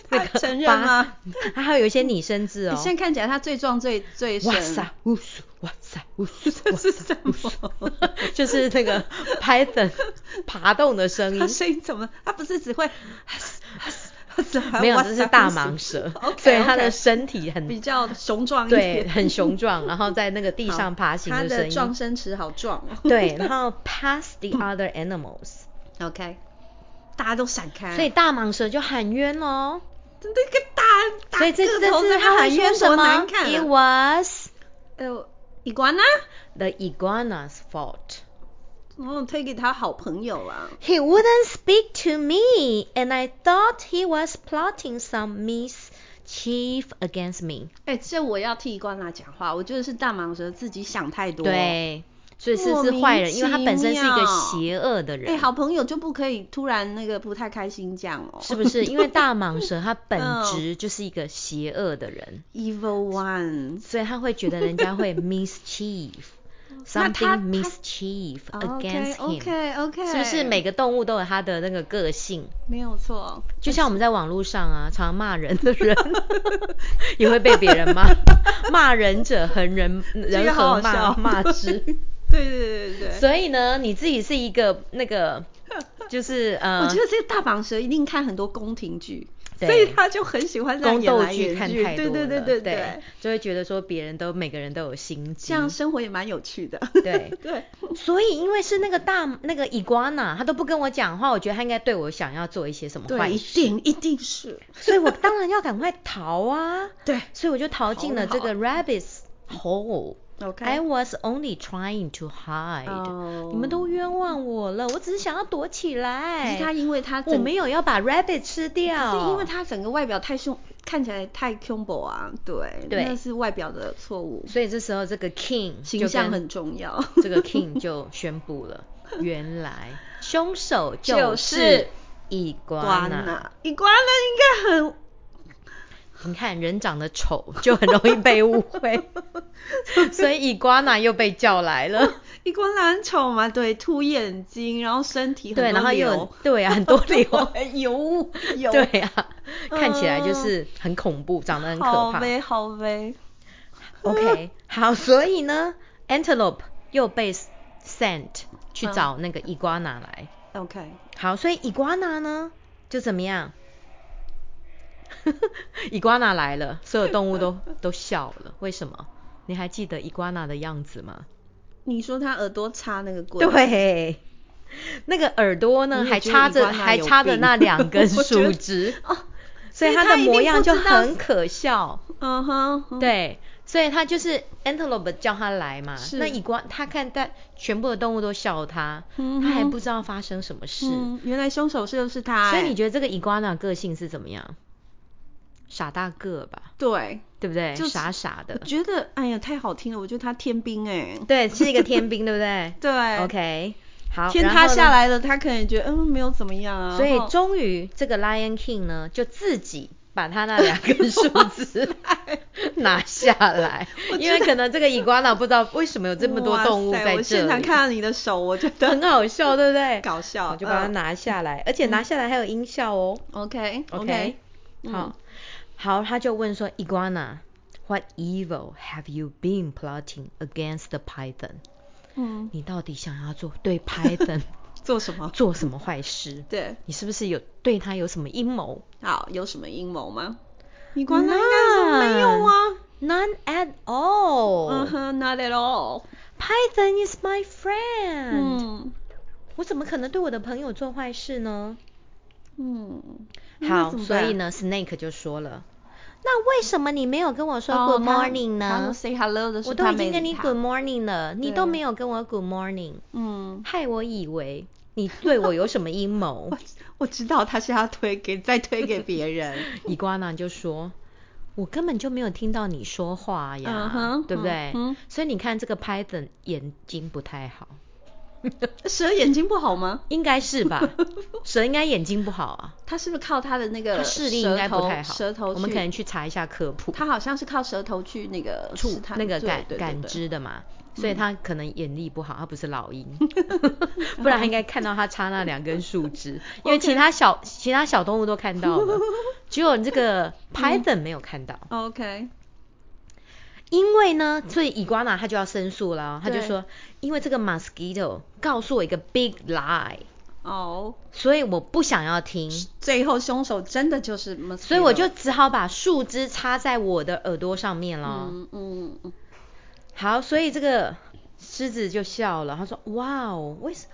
Speaker 1: 那
Speaker 2: 他
Speaker 1: 个
Speaker 2: 承认
Speaker 1: 发
Speaker 2: 吗？
Speaker 1: 它还有一些拟声字哦，
Speaker 2: 现在看起来他最壮最最神。
Speaker 1: 哇塞，呜苏，哇塞，呜苏，
Speaker 2: 这
Speaker 1: 哇
Speaker 2: 是
Speaker 1: 塞
Speaker 2: 什，
Speaker 1: 呜苏
Speaker 2: 么，
Speaker 1: 就是
Speaker 2: [laughs]
Speaker 1: 那个 Python 爬动的声
Speaker 2: 他
Speaker 1: 音，
Speaker 2: 声音怎么？他不是只会
Speaker 1: [laughs] 没有，这是大
Speaker 2: [laughs]
Speaker 1: 蟒蛇，所以它的身体
Speaker 2: 比
Speaker 1: 很
Speaker 2: 较雄壮一点，
Speaker 1: 对，很雄壮，然后在那个地
Speaker 2: 好
Speaker 1: 上爬行
Speaker 2: 他
Speaker 1: 声
Speaker 2: 的
Speaker 1: 音，
Speaker 2: 撞声词好壮
Speaker 1: [laughs]
Speaker 2: 哦。
Speaker 1: 对，
Speaker 2: [laughs]
Speaker 1: 然后 pass the other animals，
Speaker 2: ，OK，大家都闪开。
Speaker 1: 所以大蟒蛇就喊冤喽。
Speaker 2: 那个大大
Speaker 1: 所以这
Speaker 2: 个
Speaker 1: 这
Speaker 2: 头
Speaker 1: 是
Speaker 2: 在那
Speaker 1: 它喊
Speaker 2: 说
Speaker 1: 冤
Speaker 2: 多
Speaker 1: 什么
Speaker 2: 难看
Speaker 1: ？It
Speaker 2: 啊
Speaker 1: was
Speaker 2: 呃，伊瓜呢？
Speaker 1: the iguana's fault.
Speaker 2: 我推给他好朋友啊。
Speaker 1: He wouldn't speak to me, and I thought he was plotting some mischief against me.
Speaker 2: 哎、这我要替伊瓜娜讲话，我觉得是大蟒蛇自己想太多。，
Speaker 1: 对，所以是
Speaker 2: 莫
Speaker 1: 是
Speaker 2: 名
Speaker 1: 坏人，因为他
Speaker 2: 其
Speaker 1: 本身是一个
Speaker 2: 妙
Speaker 1: 邪恶的
Speaker 2: 哎、
Speaker 1: 人，
Speaker 2: 好朋友就不可以突然那个不太开心这样哦。
Speaker 1: 是不是？因为大蟒蛇它本
Speaker 2: 嗯
Speaker 1: 质就是一个邪恶的人，
Speaker 2: [laughs] Evil one，
Speaker 1: 所以他会觉得人家
Speaker 2: [laughs]
Speaker 1: 会 mischief。
Speaker 2: 那他哦
Speaker 1: Something mischief against him，、
Speaker 2: OK OK，
Speaker 1: 是不是每个动物都有它的那个个性？
Speaker 2: 没有错？
Speaker 1: 就像我们在网络上
Speaker 2: [laughs]
Speaker 1: 啊，常骂人的人 [laughs] 也会被别
Speaker 2: [laughs]
Speaker 1: 人骂，骂人者恒人
Speaker 2: 这个
Speaker 1: 人
Speaker 2: 好好
Speaker 1: 恒骂
Speaker 2: 笑
Speaker 1: 骂之。
Speaker 2: [laughs] 对对对对对。
Speaker 1: 所以呢，你自己是一个那个，就是呃，
Speaker 2: [laughs] 我觉得这个大蟒蛇一定看很多宫廷剧，
Speaker 1: 对
Speaker 2: 所以他就很喜欢这样
Speaker 1: 宫
Speaker 2: 演
Speaker 1: 斗
Speaker 2: 来
Speaker 1: 剧
Speaker 2: 演
Speaker 1: 看
Speaker 2: 去。
Speaker 1: 太多
Speaker 2: 对对
Speaker 1: 了，
Speaker 2: 对对
Speaker 1: 对
Speaker 2: 对，
Speaker 1: 就会觉得说别人都每个人都有心机
Speaker 2: 这。样生活也蛮有趣的。
Speaker 1: 嗯对
Speaker 2: [laughs] 对，
Speaker 1: 所以因为是那个大那个伊瓜娜，他都不跟我讲话，我觉得他应该对我想要做一些什么
Speaker 2: 对，
Speaker 1: 坏
Speaker 2: 一
Speaker 1: 事，
Speaker 2: 定一定是。
Speaker 1: 所以我当然要赶快逃啊。
Speaker 2: 对
Speaker 1: 所以我就逃进了这个 rabbit's hole。
Speaker 2: ，OK。
Speaker 1: I was only trying to hide、
Speaker 2: 哦
Speaker 1: 你们都冤枉我了，我只是想要躲起
Speaker 2: 可
Speaker 1: 来。
Speaker 2: 是他因为他整
Speaker 1: 我没有要把 rabbit 吃掉，
Speaker 2: 是因为，他整个外表太凶，看起来太 combo 啊，对，
Speaker 1: 对
Speaker 2: 那是外表的错误，
Speaker 1: 所以这时候这个 king
Speaker 2: 形
Speaker 1: 就
Speaker 2: 象
Speaker 1: 跟
Speaker 2: 很重
Speaker 1: [laughs]
Speaker 2: 要。
Speaker 1: 这个 king 就宣布了，原来凶手
Speaker 2: 就是
Speaker 1: 伊瓜
Speaker 2: 瓜
Speaker 1: 娜
Speaker 2: 纳。，你瓜纳应该很
Speaker 1: 你看人长得丑，就很容易被误会，
Speaker 2: [laughs]
Speaker 1: 所以伊瓜娜又被叫来
Speaker 2: [laughs]
Speaker 1: 了。
Speaker 2: 一光兰很丑嘛，对，凸眼睛，然后身体很
Speaker 1: 对，然
Speaker 2: 多
Speaker 1: 后又
Speaker 2: 瘤
Speaker 1: 有对啊，很
Speaker 2: [laughs]
Speaker 1: 多瘤，
Speaker 2: 油油，
Speaker 1: 对啊，看起来就
Speaker 2: 嗯
Speaker 1: 是很恐怖，长得很可
Speaker 2: 好
Speaker 1: 怕。
Speaker 2: 呗好呗，
Speaker 1: OK，好，所以呢，antelope 又被 sent 去
Speaker 2: 嗯
Speaker 1: 找那个伊瓜娜来。
Speaker 2: OK，
Speaker 1: 好，所以伊瓜娜呢就怎么样？ [laughs] 伊瓜娜来了，所有动物都都笑了。为什么？你还记得伊瓜娜的样子吗？
Speaker 2: 你说他耳朵插那个棍，，
Speaker 1: 对，那个耳朵呢
Speaker 2: 我也
Speaker 1: 还
Speaker 2: 觉得
Speaker 1: 插
Speaker 2: 伊
Speaker 1: 着
Speaker 2: 瓜娜
Speaker 1: 还
Speaker 2: 有
Speaker 1: 插着
Speaker 2: 病 [laughs]
Speaker 1: 那两根
Speaker 2: 我觉
Speaker 1: 树
Speaker 2: 得
Speaker 1: 枝，
Speaker 2: [laughs] 哦，
Speaker 1: 所以
Speaker 2: 他
Speaker 1: 它的
Speaker 2: 一定
Speaker 1: 模
Speaker 2: 不
Speaker 1: 样
Speaker 2: 知
Speaker 1: 就
Speaker 2: 道
Speaker 1: 很
Speaker 2: 是，
Speaker 1: 可笑。
Speaker 2: 嗯哼，，
Speaker 1: 对，所以他就是 antelope 叫他来嘛，
Speaker 2: 是
Speaker 1: 那以光他看但全部的动物都笑他，
Speaker 2: 嗯
Speaker 1: 他还
Speaker 2: 哼
Speaker 1: 不知道发生什么事。
Speaker 2: 嗯，原来凶手是就是他，
Speaker 1: 所以你
Speaker 2: 觉
Speaker 1: 觉得这个伊瓜娜个性是怎么样？傻大个吧，
Speaker 2: 对，
Speaker 1: 对不对？
Speaker 2: 就是
Speaker 1: 傻傻的
Speaker 2: 我，觉得哎呀太好听了，我觉得他天兵哎，
Speaker 1: 对，是一个天兵，对不对？
Speaker 2: [laughs] 对
Speaker 1: OK，好，
Speaker 2: 天
Speaker 1: 然
Speaker 2: 塌
Speaker 1: 后
Speaker 2: 下
Speaker 1: 呢。
Speaker 2: 来了，他可能也觉得嗯没有怎么样啊，
Speaker 1: 所以
Speaker 2: 然后
Speaker 1: 终于这个 Lion King 呢，就自己把他那两根树枝拿下来，因为可能这个伊瓜娜不知道为什么有这么多
Speaker 2: 哇
Speaker 1: 动物
Speaker 2: 塞
Speaker 1: 在这里。
Speaker 2: 我现场看到你的手，我觉得
Speaker 1: 很好笑，对不对？
Speaker 2: 搞笑
Speaker 1: 我就把它
Speaker 2: 嗯嗯
Speaker 1: 拿下来，而且拿下来还有音效哦。
Speaker 2: OK
Speaker 1: OK，好，好，他就问说，Iguana，What evil have you been plotting against the python？
Speaker 2: 嗯， [laughs]
Speaker 1: 你到底想要做对 python
Speaker 2: 做什么？
Speaker 1: 做什么坏事？
Speaker 2: 哦对，
Speaker 1: 你是不是有对他有什么阴谋
Speaker 2: 好，有什么阴谋吗？你管他应该是没有啊。
Speaker 1: ？None at
Speaker 2: 嗯
Speaker 1: all.
Speaker 2: 哼，not at all。
Speaker 1: Python is my friend.
Speaker 2: 嗯
Speaker 1: 我怎么可能对我的朋友做坏事呢？
Speaker 2: 嗯，那
Speaker 1: 好，
Speaker 2: 怎么
Speaker 1: 所
Speaker 2: 办
Speaker 1: 以呢，Snake 就说了，那为什么你没有跟我说
Speaker 2: 哦
Speaker 1: Good
Speaker 2: 他
Speaker 1: morning
Speaker 2: 他
Speaker 1: 呢
Speaker 2: 说？say hello 的时候，
Speaker 1: 我都
Speaker 2: 他
Speaker 1: 已经
Speaker 2: 没
Speaker 1: 跟
Speaker 2: 理
Speaker 1: 你
Speaker 2: 他
Speaker 1: Good morning 了，你
Speaker 2: 对
Speaker 1: 都没有跟我 Good morning，
Speaker 2: 嗯，
Speaker 1: 害我以为你对我有什么阴谋。
Speaker 2: [laughs] 我知道他是要推给再推给别
Speaker 1: [laughs]
Speaker 2: 人。
Speaker 1: 伊瓜娜就说：“我根本就没有听到你说话呀
Speaker 2: 嗯哼
Speaker 1: 对不对？
Speaker 2: 嗯哼
Speaker 1: 所以你看这个 Python 眼睛不太好，
Speaker 2: 蛇眼睛不好吗？
Speaker 1: 应该是
Speaker 2: [laughs]
Speaker 1: 吧？蛇应该眼睛不好啊，
Speaker 2: 他是不是靠他的那
Speaker 1: 它
Speaker 2: 个
Speaker 1: 视力
Speaker 2: 舌
Speaker 1: 应该不
Speaker 2: 头
Speaker 1: 太好。
Speaker 2: 舌头
Speaker 1: 我们可能
Speaker 2: 去，
Speaker 1: 去查一下科普，
Speaker 2: 他好像是靠舌头去那个
Speaker 1: 触
Speaker 2: 试探
Speaker 1: 那个
Speaker 2: 对
Speaker 1: 感
Speaker 2: 对对嗯
Speaker 1: 感
Speaker 2: 对
Speaker 1: 知的嘛。”所以他可能眼力不好，他不是老
Speaker 2: [laughs]
Speaker 1: 鹰，不然应该看到他插那两根
Speaker 2: [laughs]
Speaker 1: 树枝，因为其他小其他小动物都看到了，只有
Speaker 2: 嗯
Speaker 1: 这个 Python 没有看到。
Speaker 2: OK，
Speaker 1: 因为呢，所以伊瓜娜他就要申诉了哦，他就
Speaker 2: 对
Speaker 1: 说，因为这个 mosquito 告诉我一个 big lie，
Speaker 2: 哦，
Speaker 1: 所以我不想要听，
Speaker 2: 最后凶手真的就是 m o s
Speaker 1: 所以我就只好把树枝插在我的耳朵上面了。
Speaker 2: 嗯嗯嗯，
Speaker 1: 好，所以这个狮子就笑了，他说，哇哦，为什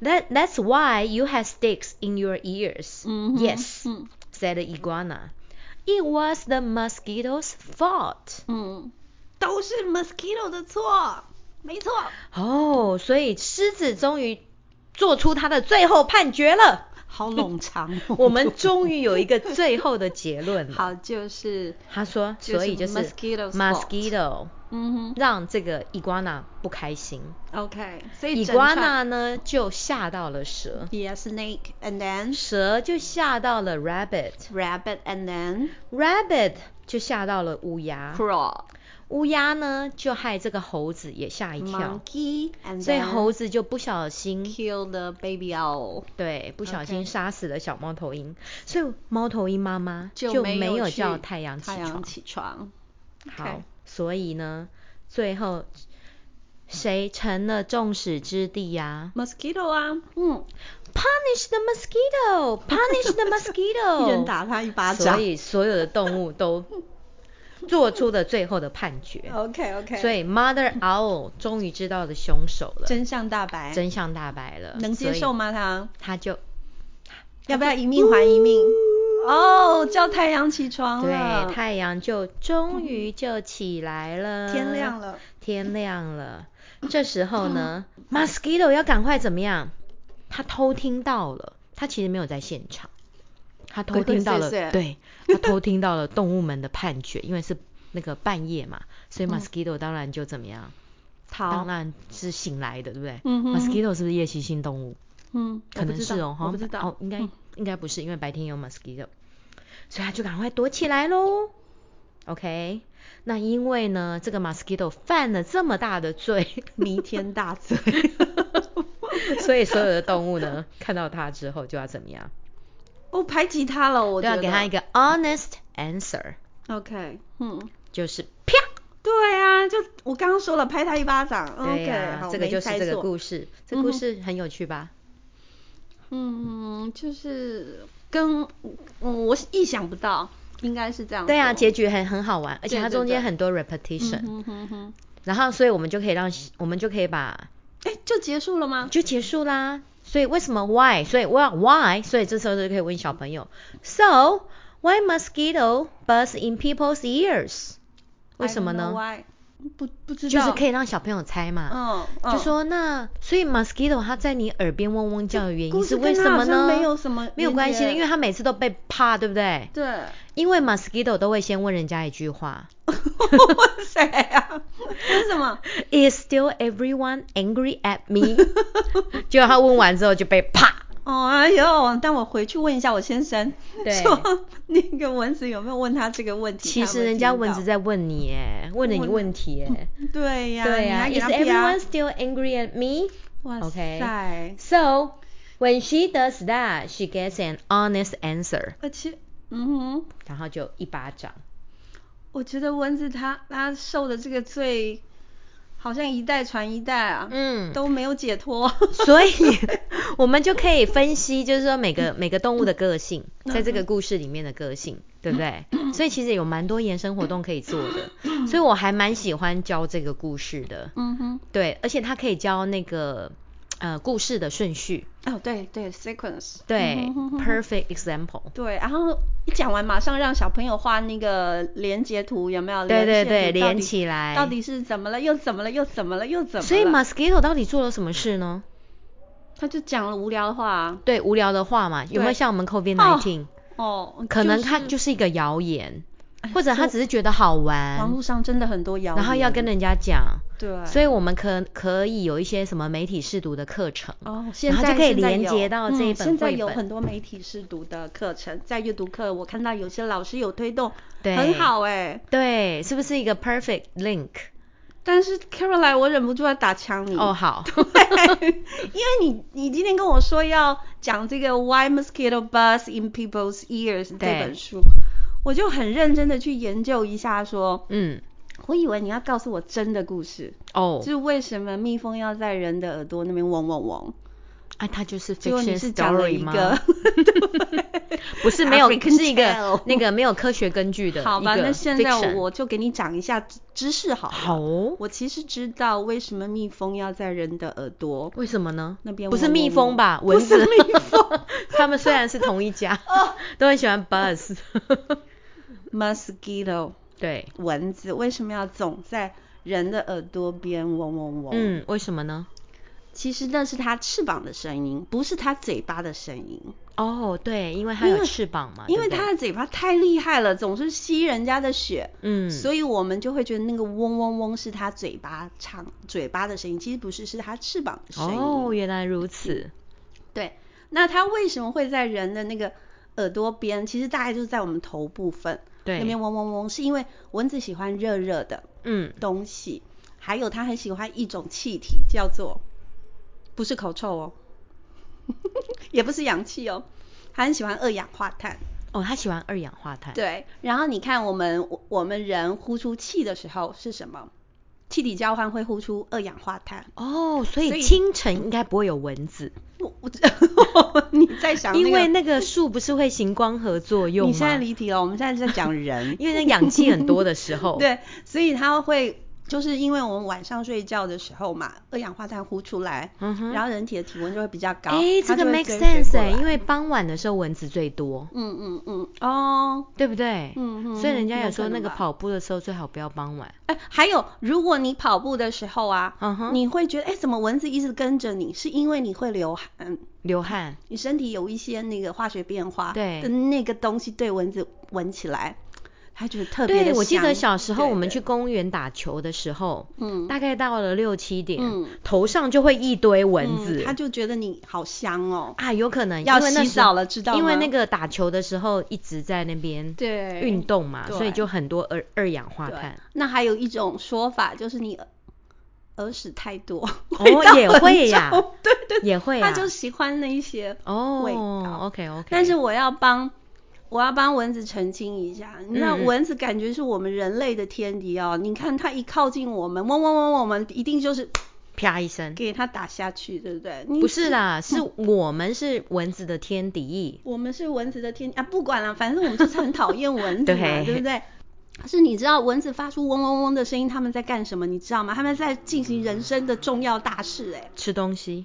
Speaker 1: That that's why you have sticks in your ears.
Speaker 2: 嗯哼
Speaker 1: yes,
Speaker 2: 嗯
Speaker 1: said the iguana. It was the mosquito's fault.
Speaker 2: 嗯，都是 mosquito 的错，没错。
Speaker 1: 哦，所以狮子终于做出它的最后判
Speaker 2: [laughs]
Speaker 1: 决了。，
Speaker 2: 好冗长、哦
Speaker 1: [laughs] 我们终于有一个最后的结论了。
Speaker 2: 好就是，
Speaker 1: 他说，
Speaker 2: 就是
Speaker 1: 所以就是
Speaker 2: mosquito's
Speaker 1: mosquito
Speaker 2: 嗯哼
Speaker 1: 让这个伊瓜娜不开心，
Speaker 2: ，OK，所以
Speaker 1: 伊
Speaker 2: 整
Speaker 1: 瓜
Speaker 2: 串
Speaker 1: 娜呢就吓到了蛇，
Speaker 2: ，Yeah snake，and then
Speaker 1: 蛇就吓到了 rabbit，rabbit
Speaker 2: rabbit，and then
Speaker 1: 就吓到了乌鸦，乌鸦呢就害这个猴子也吓一跳，
Speaker 2: crow，monkey，and
Speaker 1: 所以
Speaker 2: then
Speaker 1: 猴子就不小心
Speaker 2: kill the baby owl。
Speaker 1: 对，不小心
Speaker 2: OK
Speaker 1: 杀死了小猫头鹰，所以猫头鹰妈妈就
Speaker 2: 没
Speaker 1: 有
Speaker 2: 去
Speaker 1: 叫太阳起
Speaker 2: 太阳
Speaker 1: 床。
Speaker 2: 起床。
Speaker 1: 好，所以呢，最后谁成了众矢之的呀、
Speaker 2: ，mosquito 啊，嗯，
Speaker 1: Punish the mosquito, punish the mosquito，
Speaker 2: [laughs] 一人打他一巴掌
Speaker 1: 哦所以所有的动物都做出了最后的判决。
Speaker 2: [laughs] OK OK，
Speaker 1: 所以 Mother Owl 终于知道了凶手了，
Speaker 2: 真相大白，
Speaker 1: 真相大白了，
Speaker 2: 能接受？吗？他
Speaker 1: 他就
Speaker 2: 要不要一命还一命？哦，叫太阳起床了，
Speaker 1: 对，太阳就终于就起来了，
Speaker 2: 嗯天亮，了，
Speaker 1: 天亮了。这时候
Speaker 2: [laughs]
Speaker 1: 呢，mosquito 要赶快怎么样？他偷听到了，他其实没有在现场，他偷
Speaker 2: 鬼鬼
Speaker 1: 听
Speaker 2: 祟
Speaker 1: 到了，
Speaker 2: 祟
Speaker 1: 对，他偷听到了动物们的判决，因为是那个半夜嘛，
Speaker 2: 嗯
Speaker 1: 所以 mosquito 当然就怎么样？
Speaker 2: 逃
Speaker 1: 当，然是醒来的，对不对、
Speaker 2: 嗯哼
Speaker 1: m o s q u i t o 是不是夜行性动物？
Speaker 2: 嗯，我
Speaker 1: 可
Speaker 2: 不
Speaker 1: 能
Speaker 2: 知
Speaker 1: 是
Speaker 2: 道
Speaker 1: 哦，好
Speaker 2: 我
Speaker 1: 像
Speaker 2: 不知
Speaker 1: 白
Speaker 2: 道
Speaker 1: 哦，，应该、
Speaker 2: 嗯
Speaker 1: 应该不是，因为白天有 mosquito，所以他就赶快躲起来喽。OK，那因为呢，这个 mosquito 犯了这么大的罪，
Speaker 2: [laughs]
Speaker 1: [laughs]
Speaker 2: 弥天大罪，
Speaker 1: 所以所有的动物呢，看到它之后就要怎么样？
Speaker 2: 哦，排挤他了，我
Speaker 1: 都
Speaker 2: 觉得
Speaker 1: 要啊给它一个 honest answer，
Speaker 2: OK，嗯。
Speaker 1: 就是啪。
Speaker 2: 对啊，就我刚刚说了，拍他一巴掌。
Speaker 1: 对
Speaker 2: 哦 OK，
Speaker 1: 呀、
Speaker 2: 好
Speaker 1: 这个就是这个故。
Speaker 2: 没猜错
Speaker 1: 事，这故事很有趣吧？
Speaker 2: 嗯，就是跟嗯我意想不到，应该是这样做。
Speaker 1: 对啊，结局很很好玩，而且
Speaker 2: 对
Speaker 1: 它
Speaker 2: 对
Speaker 1: 中间
Speaker 2: 对
Speaker 1: 很多 repetition，、
Speaker 2: 嗯哼哼，
Speaker 1: 然后所以我们就可以让我们就可以把
Speaker 2: 哎，就结束了吗？
Speaker 1: 就结束啦。所以为什么 why？所以 well why？所以这时候就可以问小朋友，So why mosquito buzz in people's ears？为什么
Speaker 2: I don't know
Speaker 1: 呢？
Speaker 2: why？不不知道，
Speaker 1: 就是可以让小朋友猜嘛。
Speaker 2: 嗯，嗯
Speaker 1: 就说那所以 mosquito 它在你耳边嗡嗡叫的原因
Speaker 2: 故
Speaker 1: 是
Speaker 2: 事
Speaker 1: 为
Speaker 2: 跟
Speaker 1: 什
Speaker 2: 它
Speaker 1: 么
Speaker 2: 好像
Speaker 1: 呢？
Speaker 2: 没有什么
Speaker 1: 没有
Speaker 2: 连
Speaker 1: 关系的，
Speaker 2: 接
Speaker 1: 因为它每次都被怕，对不对？
Speaker 2: 对， [laughs]
Speaker 1: 因为 mosquito 都会先问人家一句话
Speaker 2: 谁啊？为什么？
Speaker 1: ，Is still everyone angry at me？结果他问完之后就被啪。
Speaker 2: 哦，哎呦，但我回去问一下我先生，
Speaker 1: 对
Speaker 2: 说那个蚊子有没有问他这个问题？
Speaker 1: 其
Speaker 2: 他有没
Speaker 1: 实
Speaker 2: 有
Speaker 1: 人家
Speaker 2: 听
Speaker 1: 蚊
Speaker 2: 到
Speaker 1: 子在问你，哎，问了你问题，哎，
Speaker 2: 对呀、
Speaker 1: 对
Speaker 2: 你
Speaker 1: 呀
Speaker 2: 还给
Speaker 1: ，Is
Speaker 2: 他啪
Speaker 1: everyone still angry at me？
Speaker 2: 哇
Speaker 1: OK
Speaker 2: 塞
Speaker 1: So when she does that, she gets an honest answer，
Speaker 2: 而且，呃嗯哼，
Speaker 1: 然后就一巴掌。
Speaker 2: 我觉得蚊子它它受的这个罪，好像一代传一代啊，
Speaker 1: 嗯
Speaker 2: 都没有解脱。
Speaker 1: [laughs] 所以我们就可以分析，就是说每个每个动物的个性，在这个故事里面的个性，对不对？所以其实有蛮多延伸活动可以做的，所以我还蛮喜欢教这个故事的。
Speaker 2: 嗯哼，
Speaker 1: 对，而且它可以教那个呃故事的顺序，
Speaker 2: 哦对对，sequence，
Speaker 1: 对
Speaker 2: 嗯哼哼哼
Speaker 1: ，perfect example。
Speaker 2: 对，然后一讲完马上让小朋友画那个连截图，有没有？
Speaker 1: 对
Speaker 2: 连线
Speaker 1: 对对
Speaker 2: 图到
Speaker 1: 连
Speaker 2: 底
Speaker 1: 起来
Speaker 2: 到底是怎么了？又怎么了？又怎么了？又怎么了？
Speaker 1: 所以 mosquito 到底做了什么事呢？
Speaker 2: 他就讲了无聊的话啊，
Speaker 1: 对，无聊的话嘛，有没有
Speaker 2: 对
Speaker 1: 像我们 COVID
Speaker 2: 哦
Speaker 1: nineteen？、
Speaker 2: 哦，
Speaker 1: 可能他
Speaker 2: 是
Speaker 1: 就是一个谣言，或者
Speaker 2: 哎就
Speaker 1: 他
Speaker 2: 哎
Speaker 1: 只是觉得好玩，
Speaker 2: 网络上真的很多谣言，
Speaker 1: 然后要跟人家讲，
Speaker 2: 对，哦
Speaker 1: 所
Speaker 2: 以
Speaker 1: 以我们可可以有一些什么媒体试读的课程，
Speaker 2: 哦，现
Speaker 1: 然后
Speaker 2: 在
Speaker 1: 就可以
Speaker 2: 现在
Speaker 1: 连
Speaker 2: 有
Speaker 1: 接到这一
Speaker 2: 嗯
Speaker 1: 本
Speaker 2: 现在
Speaker 1: 绘
Speaker 2: 有
Speaker 1: 本
Speaker 2: 很多媒体试读的课程，在阅读课我看到有些老师有推动，
Speaker 1: 对
Speaker 2: 很好哎。
Speaker 1: 对，是不是一个 perfect link？
Speaker 2: 但是 Caroline，我忍不住要打枪你
Speaker 1: 哦，好，
Speaker 2: [laughs] 因为你你今天跟我说要讲这个《Why Mosquito Buzz in People's Ears》这
Speaker 1: 对
Speaker 2: 本书，我就很认真的去研究一下说
Speaker 1: 嗯，
Speaker 2: 我以为你要告诉我真的故事，
Speaker 1: 哦
Speaker 2: 就，是为什么蜜蜂要在人的耳朵那边嗡嗡嗡？
Speaker 1: 啊，它就是
Speaker 2: 结果你
Speaker 1: fiction
Speaker 2: 是讲了
Speaker 1: story
Speaker 2: 一
Speaker 1: 吗？
Speaker 2: [laughs] 个，
Speaker 1: 不是没有，
Speaker 2: African
Speaker 1: 是一个
Speaker 2: tale
Speaker 1: 那个没有科学根据的
Speaker 2: 好吧，
Speaker 1: 一个
Speaker 2: 那现在
Speaker 1: fiction
Speaker 2: 我就给你讲一下知知识好了。
Speaker 1: 好哦
Speaker 2: 我其实知道为什么蜜蜂要在人的耳朵
Speaker 1: 为什么呢？
Speaker 2: 那边
Speaker 1: 不是
Speaker 2: 嗡嗡
Speaker 1: 蜜蜂吧？
Speaker 2: 嗡
Speaker 1: 蚊子。
Speaker 2: 不是蜜蜂
Speaker 1: [laughs]
Speaker 2: 哦
Speaker 1: 他们虽然是同一家， [laughs] 都很喜欢 buzz。 [laughs]
Speaker 2: ，mosquito
Speaker 1: 对，
Speaker 2: 蚊子为什么要总在人的耳朵边嗡嗡嗡？，
Speaker 1: 嗯，为什么呢？
Speaker 2: 其实那是它翅膀的声音，不是它嘴巴的声音。
Speaker 1: 哦，对，因为它
Speaker 2: 因
Speaker 1: 有
Speaker 2: 为
Speaker 1: 翅膀嘛，
Speaker 2: 因为
Speaker 1: 啊对不
Speaker 2: 它
Speaker 1: 对
Speaker 2: 的嘴巴太厉害了，总是吸人家的血，
Speaker 1: 嗯，
Speaker 2: 所以我们就会觉得那个嗡嗡嗡是它嘴巴唱嘴巴的声音，其实不是，是它翅膀的声音。
Speaker 1: 哦，原来如此。
Speaker 2: 对，那它为什么会在人的那个耳朵边？其实大概就是在我们头部分，
Speaker 1: 对
Speaker 2: 那边嗡嗡嗡，是因为蚊子喜欢热热的
Speaker 1: 嗯，
Speaker 2: 东西，还有它很喜欢一种气体，叫做不是口臭哦， [laughs] 也不是氧气哦，它很喜欢二氧化碳。
Speaker 1: 哦，它喜欢二氧化碳。，
Speaker 2: 对，然后你看我们我我们人呼出气的时候是什么？气体交换会呼出二氧化碳。 [laughs]
Speaker 1: 哦，
Speaker 2: 所
Speaker 1: 所以
Speaker 2: 以
Speaker 1: 清晨应该不会有蚊子，
Speaker 2: 我我你在想、
Speaker 1: 因为
Speaker 2: 那
Speaker 1: 那个树不是会行光合作
Speaker 2: 个
Speaker 1: 用
Speaker 2: 你现在
Speaker 1: 吗
Speaker 2: 离题了，我们现在在讲人，
Speaker 1: [laughs] 因为那氧气很多的时候，，
Speaker 2: [laughs] 对，所以它会就是因为我们晚上睡觉的时候嘛，二氧化碳呼出来，
Speaker 1: 嗯哼
Speaker 2: 然后人体的体温就会比较高，
Speaker 1: 哎，
Speaker 2: 它
Speaker 1: 这
Speaker 2: 就
Speaker 1: 个
Speaker 2: 会
Speaker 1: make
Speaker 2: 追随
Speaker 1: sense
Speaker 2: 过
Speaker 1: 哎，
Speaker 2: 来
Speaker 1: 因为傍晚的时候蚊子最多，
Speaker 2: 嗯嗯嗯哦。
Speaker 1: 对不对？
Speaker 2: 嗯嗯
Speaker 1: 所以人
Speaker 2: 嗯
Speaker 1: 家
Speaker 2: 有
Speaker 1: 有说
Speaker 2: 可
Speaker 1: 那
Speaker 2: 能
Speaker 1: 个
Speaker 2: 吧
Speaker 1: 跑步的时候最好不要傍晚。
Speaker 2: 哎，还有，如果你跑步的时候啊
Speaker 1: 嗯哼
Speaker 2: 你会觉得哎，怎么蚊子一直跟着你？是因为你会流汗，
Speaker 1: 流汗，
Speaker 2: 你身体有一些那个化学变化，
Speaker 1: 对
Speaker 2: 的那个东西对蚊子闻起来，它觉得特别的
Speaker 1: 对我记得
Speaker 2: 香
Speaker 1: 小时候
Speaker 2: 对
Speaker 1: 我们
Speaker 2: 对
Speaker 1: 去公园打球的时候，
Speaker 2: 嗯
Speaker 1: 大概到了六七点，
Speaker 2: 嗯
Speaker 1: 头上就会一堆蚊
Speaker 2: 嗯
Speaker 1: 子，
Speaker 2: 它就觉得你好香哦，
Speaker 1: 啊，有可能
Speaker 2: 要
Speaker 1: 因为那
Speaker 2: 洗
Speaker 1: 时候
Speaker 2: 澡了知道
Speaker 1: 因为
Speaker 2: 吗
Speaker 1: 那个打球的时候一直在那边
Speaker 2: 对
Speaker 1: 运动嘛，
Speaker 2: 对
Speaker 1: 所以就很多二二氧化
Speaker 2: 对
Speaker 1: 碳。
Speaker 2: 那还有一种说法就是你耳耳屎太多，味
Speaker 1: 哦，
Speaker 2: 道
Speaker 1: 也
Speaker 2: 很
Speaker 1: 会呀
Speaker 2: 重，对对，
Speaker 1: [laughs] 也会啊
Speaker 2: 他就喜欢那一些味
Speaker 1: 哦
Speaker 2: 道。
Speaker 1: ，OK OK。
Speaker 2: 但是我要帮我要帮蚊子澄清一下，你知道
Speaker 1: 嗯嗯
Speaker 2: 蚊子感觉是我们人类的天敌哦，你看它一靠近我们，嗡嗡嗡嗡，我们一定就是
Speaker 1: 啪一声，
Speaker 2: 给它打下去，对不对？你
Speaker 1: 嗯不是啦，是我们是蚊子的天敌。
Speaker 2: 我们是蚊子的天啊，不管了，反正我们就是很讨厌蚊
Speaker 1: [laughs]
Speaker 2: 子嘛，
Speaker 1: 对
Speaker 2: 对不对？可是你知道蚊子发出嗡嗡嗡的声音，他们在干什么？你知道吗？他们在进行人生的重要大事、哎，
Speaker 1: 吃东西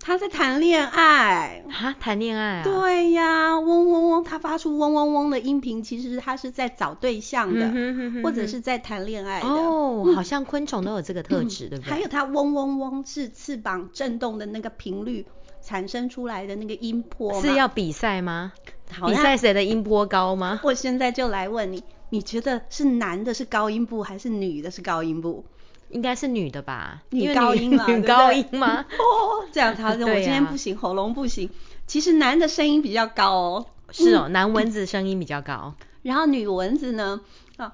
Speaker 2: 他在谈恋爱。
Speaker 1: 啊，谈恋爱啊，，
Speaker 2: 嗯对呀，嗡嗡嗡，他发出嗡嗡嗡的音频，其实他是在找对象的，
Speaker 1: 嗯哼哼哼
Speaker 2: 或者是在谈恋爱的。
Speaker 1: 哦，好像昆虫都有这个特质，对不
Speaker 2: 嗯
Speaker 1: 对？
Speaker 2: 还有它嗡嗡嗡是翅膀震动的那个频率产生出来的那个音波嘛
Speaker 1: 是要比赛吗？
Speaker 2: 好
Speaker 1: 比
Speaker 2: 那
Speaker 1: 赛谁的音波高吗？
Speaker 2: 我现在就来问你，你觉得是男的是高音部还是女的是高音部？
Speaker 1: 应该是女的吧？因
Speaker 2: 女
Speaker 1: 为
Speaker 2: 高音嘛，对
Speaker 1: [laughs] 女
Speaker 2: 不
Speaker 1: 高
Speaker 2: 对？
Speaker 1: 音
Speaker 2: [laughs]
Speaker 1: 吗
Speaker 2: 哦，这样他我
Speaker 1: 对
Speaker 2: 今天
Speaker 1: 呀
Speaker 2: 不行，喉咙不行。其实男的声音比较高哦，
Speaker 1: 是哦，男蚊子声音比较高。
Speaker 2: 然后女蚊子呢，啊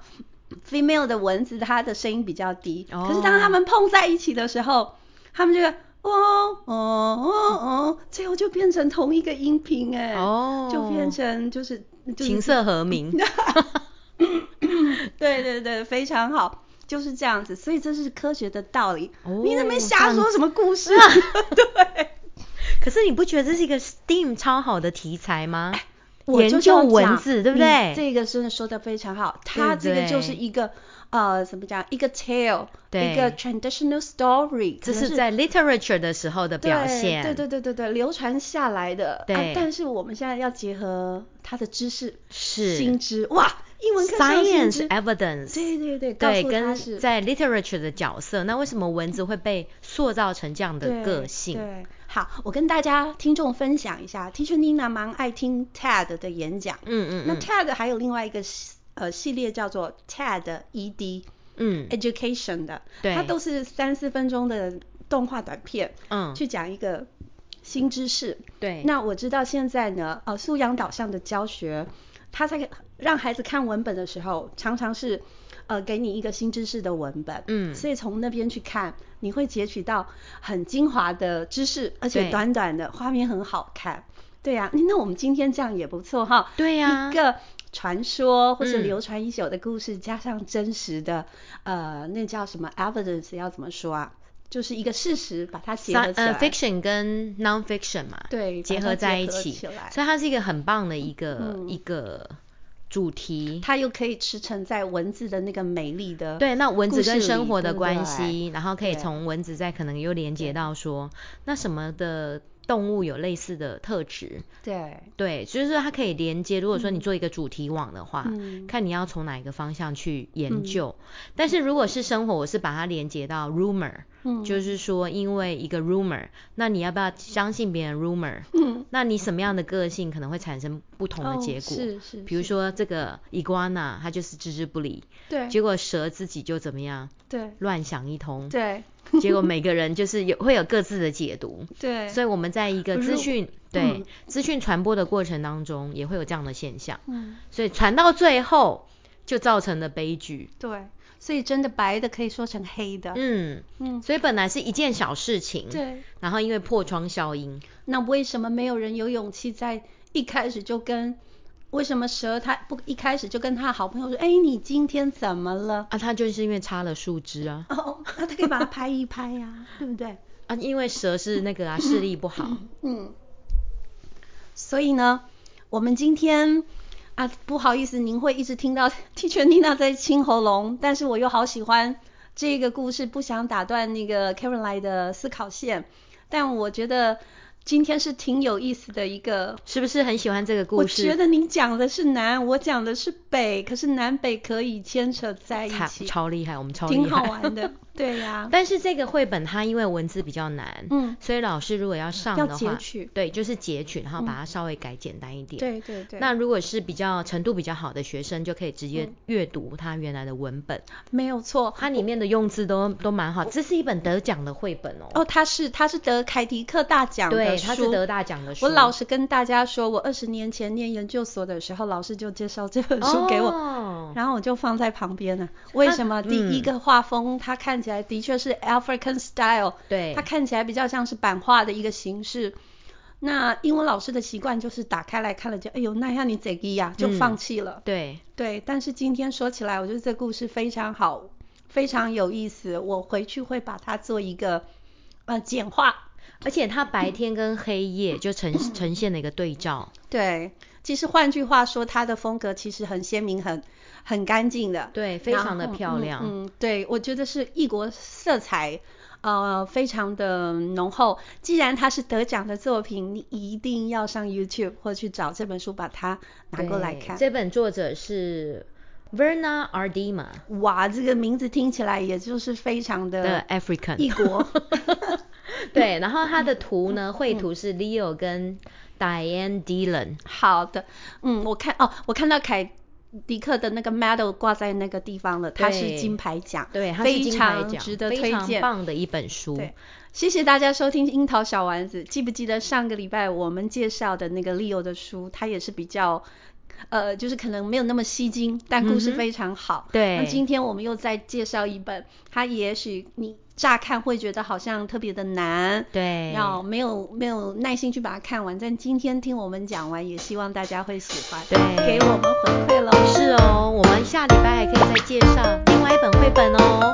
Speaker 2: ，female 的蚊子它的声音比较低，
Speaker 1: 哦
Speaker 2: 可是当它们碰在一起的时候，它们就会哦哦哦哦，最后就变成同一个音频哎，
Speaker 1: 哦
Speaker 2: 就变成就是就是
Speaker 1: 琴瑟和
Speaker 2: [laughs]
Speaker 1: 鸣。
Speaker 2: [coughs] 对对对，非常好，就是这样子，所以这是科学的道理。
Speaker 1: 哦
Speaker 2: [laughs] 你怎么瞎说什么故事？对，
Speaker 1: 可是你不觉得这是一个 STEAM 超好的题材吗？
Speaker 2: 我
Speaker 1: 研
Speaker 2: 就
Speaker 1: 究
Speaker 2: 要
Speaker 1: 文
Speaker 2: 讲
Speaker 1: 字，对不
Speaker 2: 你
Speaker 1: 对？
Speaker 2: 这个真的说的非常好，
Speaker 1: 对
Speaker 2: 它
Speaker 1: 不
Speaker 2: 这个就是
Speaker 1: 对
Speaker 2: 一个呃，怎么讲，一个 tale，
Speaker 1: 对
Speaker 2: 一个 traditional story，
Speaker 1: 这
Speaker 2: 可能
Speaker 1: 是在 literature 的时候的表现。
Speaker 2: 对对对对对，流传下来的。
Speaker 1: 对
Speaker 2: 啊，但是我们现在要结合他的知识、
Speaker 1: 是
Speaker 2: 新知，哇，英文课上新
Speaker 1: science
Speaker 2: 知，
Speaker 1: evidence。
Speaker 2: 对对对，告
Speaker 1: 对，
Speaker 2: 诉他
Speaker 1: 跟
Speaker 2: 是
Speaker 1: 在 literature 的角色，那为什么蚊子会被塑造成这样的
Speaker 2: 对
Speaker 1: 个性？
Speaker 2: 对，好，我跟大家听众分享一下，Teacher Nina 蛮爱听 TED 的演讲。
Speaker 1: 嗯嗯
Speaker 2: 那
Speaker 1: 嗯
Speaker 2: TED 还有另外一个系呃系列叫做 TED ED
Speaker 1: 嗯
Speaker 2: E Education 的，
Speaker 1: 对
Speaker 2: 它都是三四分钟的动画短片，
Speaker 1: 嗯，
Speaker 2: 去讲一个新知识。
Speaker 1: 对，
Speaker 2: 那我知道现在呢，呃，素养导向的教学，他在让孩子看文本的时候，常常是呃给你一个新知识的文本，
Speaker 1: 嗯
Speaker 2: 所以从那边去看，你会截取到很精华的知识，而
Speaker 1: 对
Speaker 2: 且短短的画面很好看。对呀、那我们今天这样也不错哈。
Speaker 1: 对呀
Speaker 2: 一个传说或是
Speaker 1: 嗯
Speaker 2: 流传已久的故事，加上真实的，呃，那叫什么 evidence 要怎么说啊？就是一个事实，把它结合
Speaker 1: Sci-
Speaker 2: 起来。
Speaker 1: 呃 fiction 跟 non fiction 嘛，
Speaker 2: 对
Speaker 1: 结
Speaker 2: 把它
Speaker 1: 合在
Speaker 2: 结
Speaker 1: 一
Speaker 2: 合
Speaker 1: 起，
Speaker 2: 起来
Speaker 1: 所以它是一个很棒的一个、
Speaker 2: 嗯
Speaker 1: 一个主题。
Speaker 2: 它又可以驰骋在文字的那个美丽的
Speaker 1: 对，那蚊子
Speaker 2: 故事
Speaker 1: 跟生
Speaker 2: 里
Speaker 1: 活的
Speaker 2: 对不
Speaker 1: 关
Speaker 2: 对
Speaker 1: 系，然后可以
Speaker 2: 对
Speaker 1: 从蚊子再可能又连接到说，那什么的动物有类似的特质？
Speaker 2: 对
Speaker 1: 对，就是它可以连接。如果说你做一个主题网的话，
Speaker 2: 嗯
Speaker 1: 看你要从哪一个方向去研
Speaker 2: 嗯
Speaker 1: 究。但是如果是生活，我是把它连接到 rumor，、
Speaker 2: 嗯
Speaker 1: 就是说因为一个 rumor，那你要不要相信别人 rumor？
Speaker 2: 嗯
Speaker 1: 那你什么样的个性可能会产生不同的
Speaker 2: 哦
Speaker 1: 结果？
Speaker 2: 是是
Speaker 1: 比如
Speaker 2: 是
Speaker 1: 说这个 iguana，它就是置之不理，
Speaker 2: 对
Speaker 1: 结果蛇自己就怎么样
Speaker 2: 对
Speaker 1: 乱想一通，
Speaker 2: 对 [laughs]
Speaker 1: 结果每个人就是有会有各自的解读。
Speaker 2: 对，
Speaker 1: 所以我们在一个资
Speaker 2: 如嗯
Speaker 1: 讯对资讯传播的过程当中，也会有这样的现象，
Speaker 2: 嗯
Speaker 1: 所以传到最后就造成了悲剧。
Speaker 2: 对，所以真的白的可以说成黑的，
Speaker 1: 嗯，
Speaker 2: 嗯
Speaker 1: 所以本来是一件小事情，
Speaker 2: 对，
Speaker 1: 然后因为破窗效应，
Speaker 2: 那为什么没有人有勇气在一开始就跟？为什么蛇它不一开始就跟他好朋友说，哎，你今天怎么了？
Speaker 1: 啊，它就是因为插了树枝啊，
Speaker 2: 哦，那他可以把它拍一拍呀、对不对？
Speaker 1: 啊，因为蛇是那个啊视力
Speaker 2: [laughs]
Speaker 1: 不好，
Speaker 2: 嗯，所以呢，我们今天啊，不好意思，您会一直听到 [laughs] Teacher Nina 在清喉咙，但是我又好喜欢这个故事，不想打断那个 Caroline 的思考线，但我觉得今天是挺有意思的一个。
Speaker 1: 是不是很喜欢这个
Speaker 2: 我
Speaker 1: 故
Speaker 2: 觉
Speaker 1: 事？
Speaker 2: 得您讲的是南，我讲的是北，可是南北可以牵扯在一
Speaker 1: 超
Speaker 2: 起，
Speaker 1: 超厉害，我们超厉害，
Speaker 2: 挺好玩的。对呀、
Speaker 1: [laughs] 但是这个绘本它因为文字比较难，
Speaker 2: 嗯
Speaker 1: 所以老师如果要上
Speaker 2: 要
Speaker 1: 的
Speaker 2: 截
Speaker 1: 话，
Speaker 2: 取嗯
Speaker 1: 对，就是截取，然后把它稍微改简单一点。
Speaker 2: 对对对。嗯
Speaker 1: 那如果是比较程度比较好的学生，就可以直接阅读它原来的文本，
Speaker 2: 没有错，
Speaker 1: 它里面的用字都都蛮好。这是一本得奖的绘本哦，
Speaker 2: 哦，他是他是得凯迪克大奖的
Speaker 1: 对，它是
Speaker 2: 书
Speaker 1: 得大奖的书。
Speaker 2: 我老实跟大家说，我二十年前念研究所的时候，老师就介绍这本书给我，[laughs]
Speaker 1: 哦嗯
Speaker 2: 然后我就放在旁边了。为什么？第一个画风，它看起来的确是 African style，
Speaker 1: 对
Speaker 2: 它看起来比较像是版画的一个形式。那英文老师的习惯就是打开来看了就，哎呦，那下你怎个呀，就
Speaker 1: 嗯
Speaker 2: 放弃了。
Speaker 1: 对，
Speaker 2: 对，但是今天说起来，我觉得这故事非常好，非常有意思。我回去会把它做一个呃简化，
Speaker 1: 而且它白天跟黑夜就呈
Speaker 2: 嗯
Speaker 1: 呈现了一个对照。
Speaker 2: 对，其实换句话说，它的风格其实很鲜明、很很干净的，
Speaker 1: 对非
Speaker 2: 然
Speaker 1: 常地
Speaker 2: 后
Speaker 1: 漂
Speaker 2: 嗯
Speaker 1: 亮
Speaker 2: 嗯对，我觉得是异国色彩，呃，非常的浓厚。既然它是得奖的作品，你一定要上 YouTube 或去找这本书，把它拿过来
Speaker 1: 对
Speaker 2: 看。
Speaker 1: 这本作者是 Verna Ardima
Speaker 2: 哇，这个名字听起来也就是非常
Speaker 1: 的
Speaker 2: 的
Speaker 1: African
Speaker 2: 异国。
Speaker 1: [laughs] 对，然后它的图呢，绘图是 Leo 跟 Diane Dillon。
Speaker 2: 好的，嗯，我看哦，我看到凯迪克的那个 medal 挂在那个地方了，它
Speaker 1: 对
Speaker 2: 是金牌奖，
Speaker 1: 对，它是
Speaker 2: 非
Speaker 1: 金牌
Speaker 2: 常
Speaker 1: 奖，
Speaker 2: 值得
Speaker 1: 非
Speaker 2: 推
Speaker 1: 常
Speaker 2: 荐。
Speaker 1: 棒的一本书。
Speaker 2: 对谢谢大家收听《樱桃小丸子》，记不记得上个礼拜我们介绍的那个 Leo 的书，它也是比较。呃，就是可能没有那么吸睛，但故事
Speaker 1: 嗯哼
Speaker 2: 非常好。
Speaker 1: 对
Speaker 2: 那今天我们又再介绍一本，它也许你乍看会觉得好像特别的难，
Speaker 1: 对
Speaker 2: 要没有没有耐心去把它看完，但今天听我们讲完，也希望大家会喜欢，
Speaker 1: 对
Speaker 2: 给我们回馈喽。
Speaker 1: 是哦，我们下礼拜还可以再介绍另外一本绘本哦。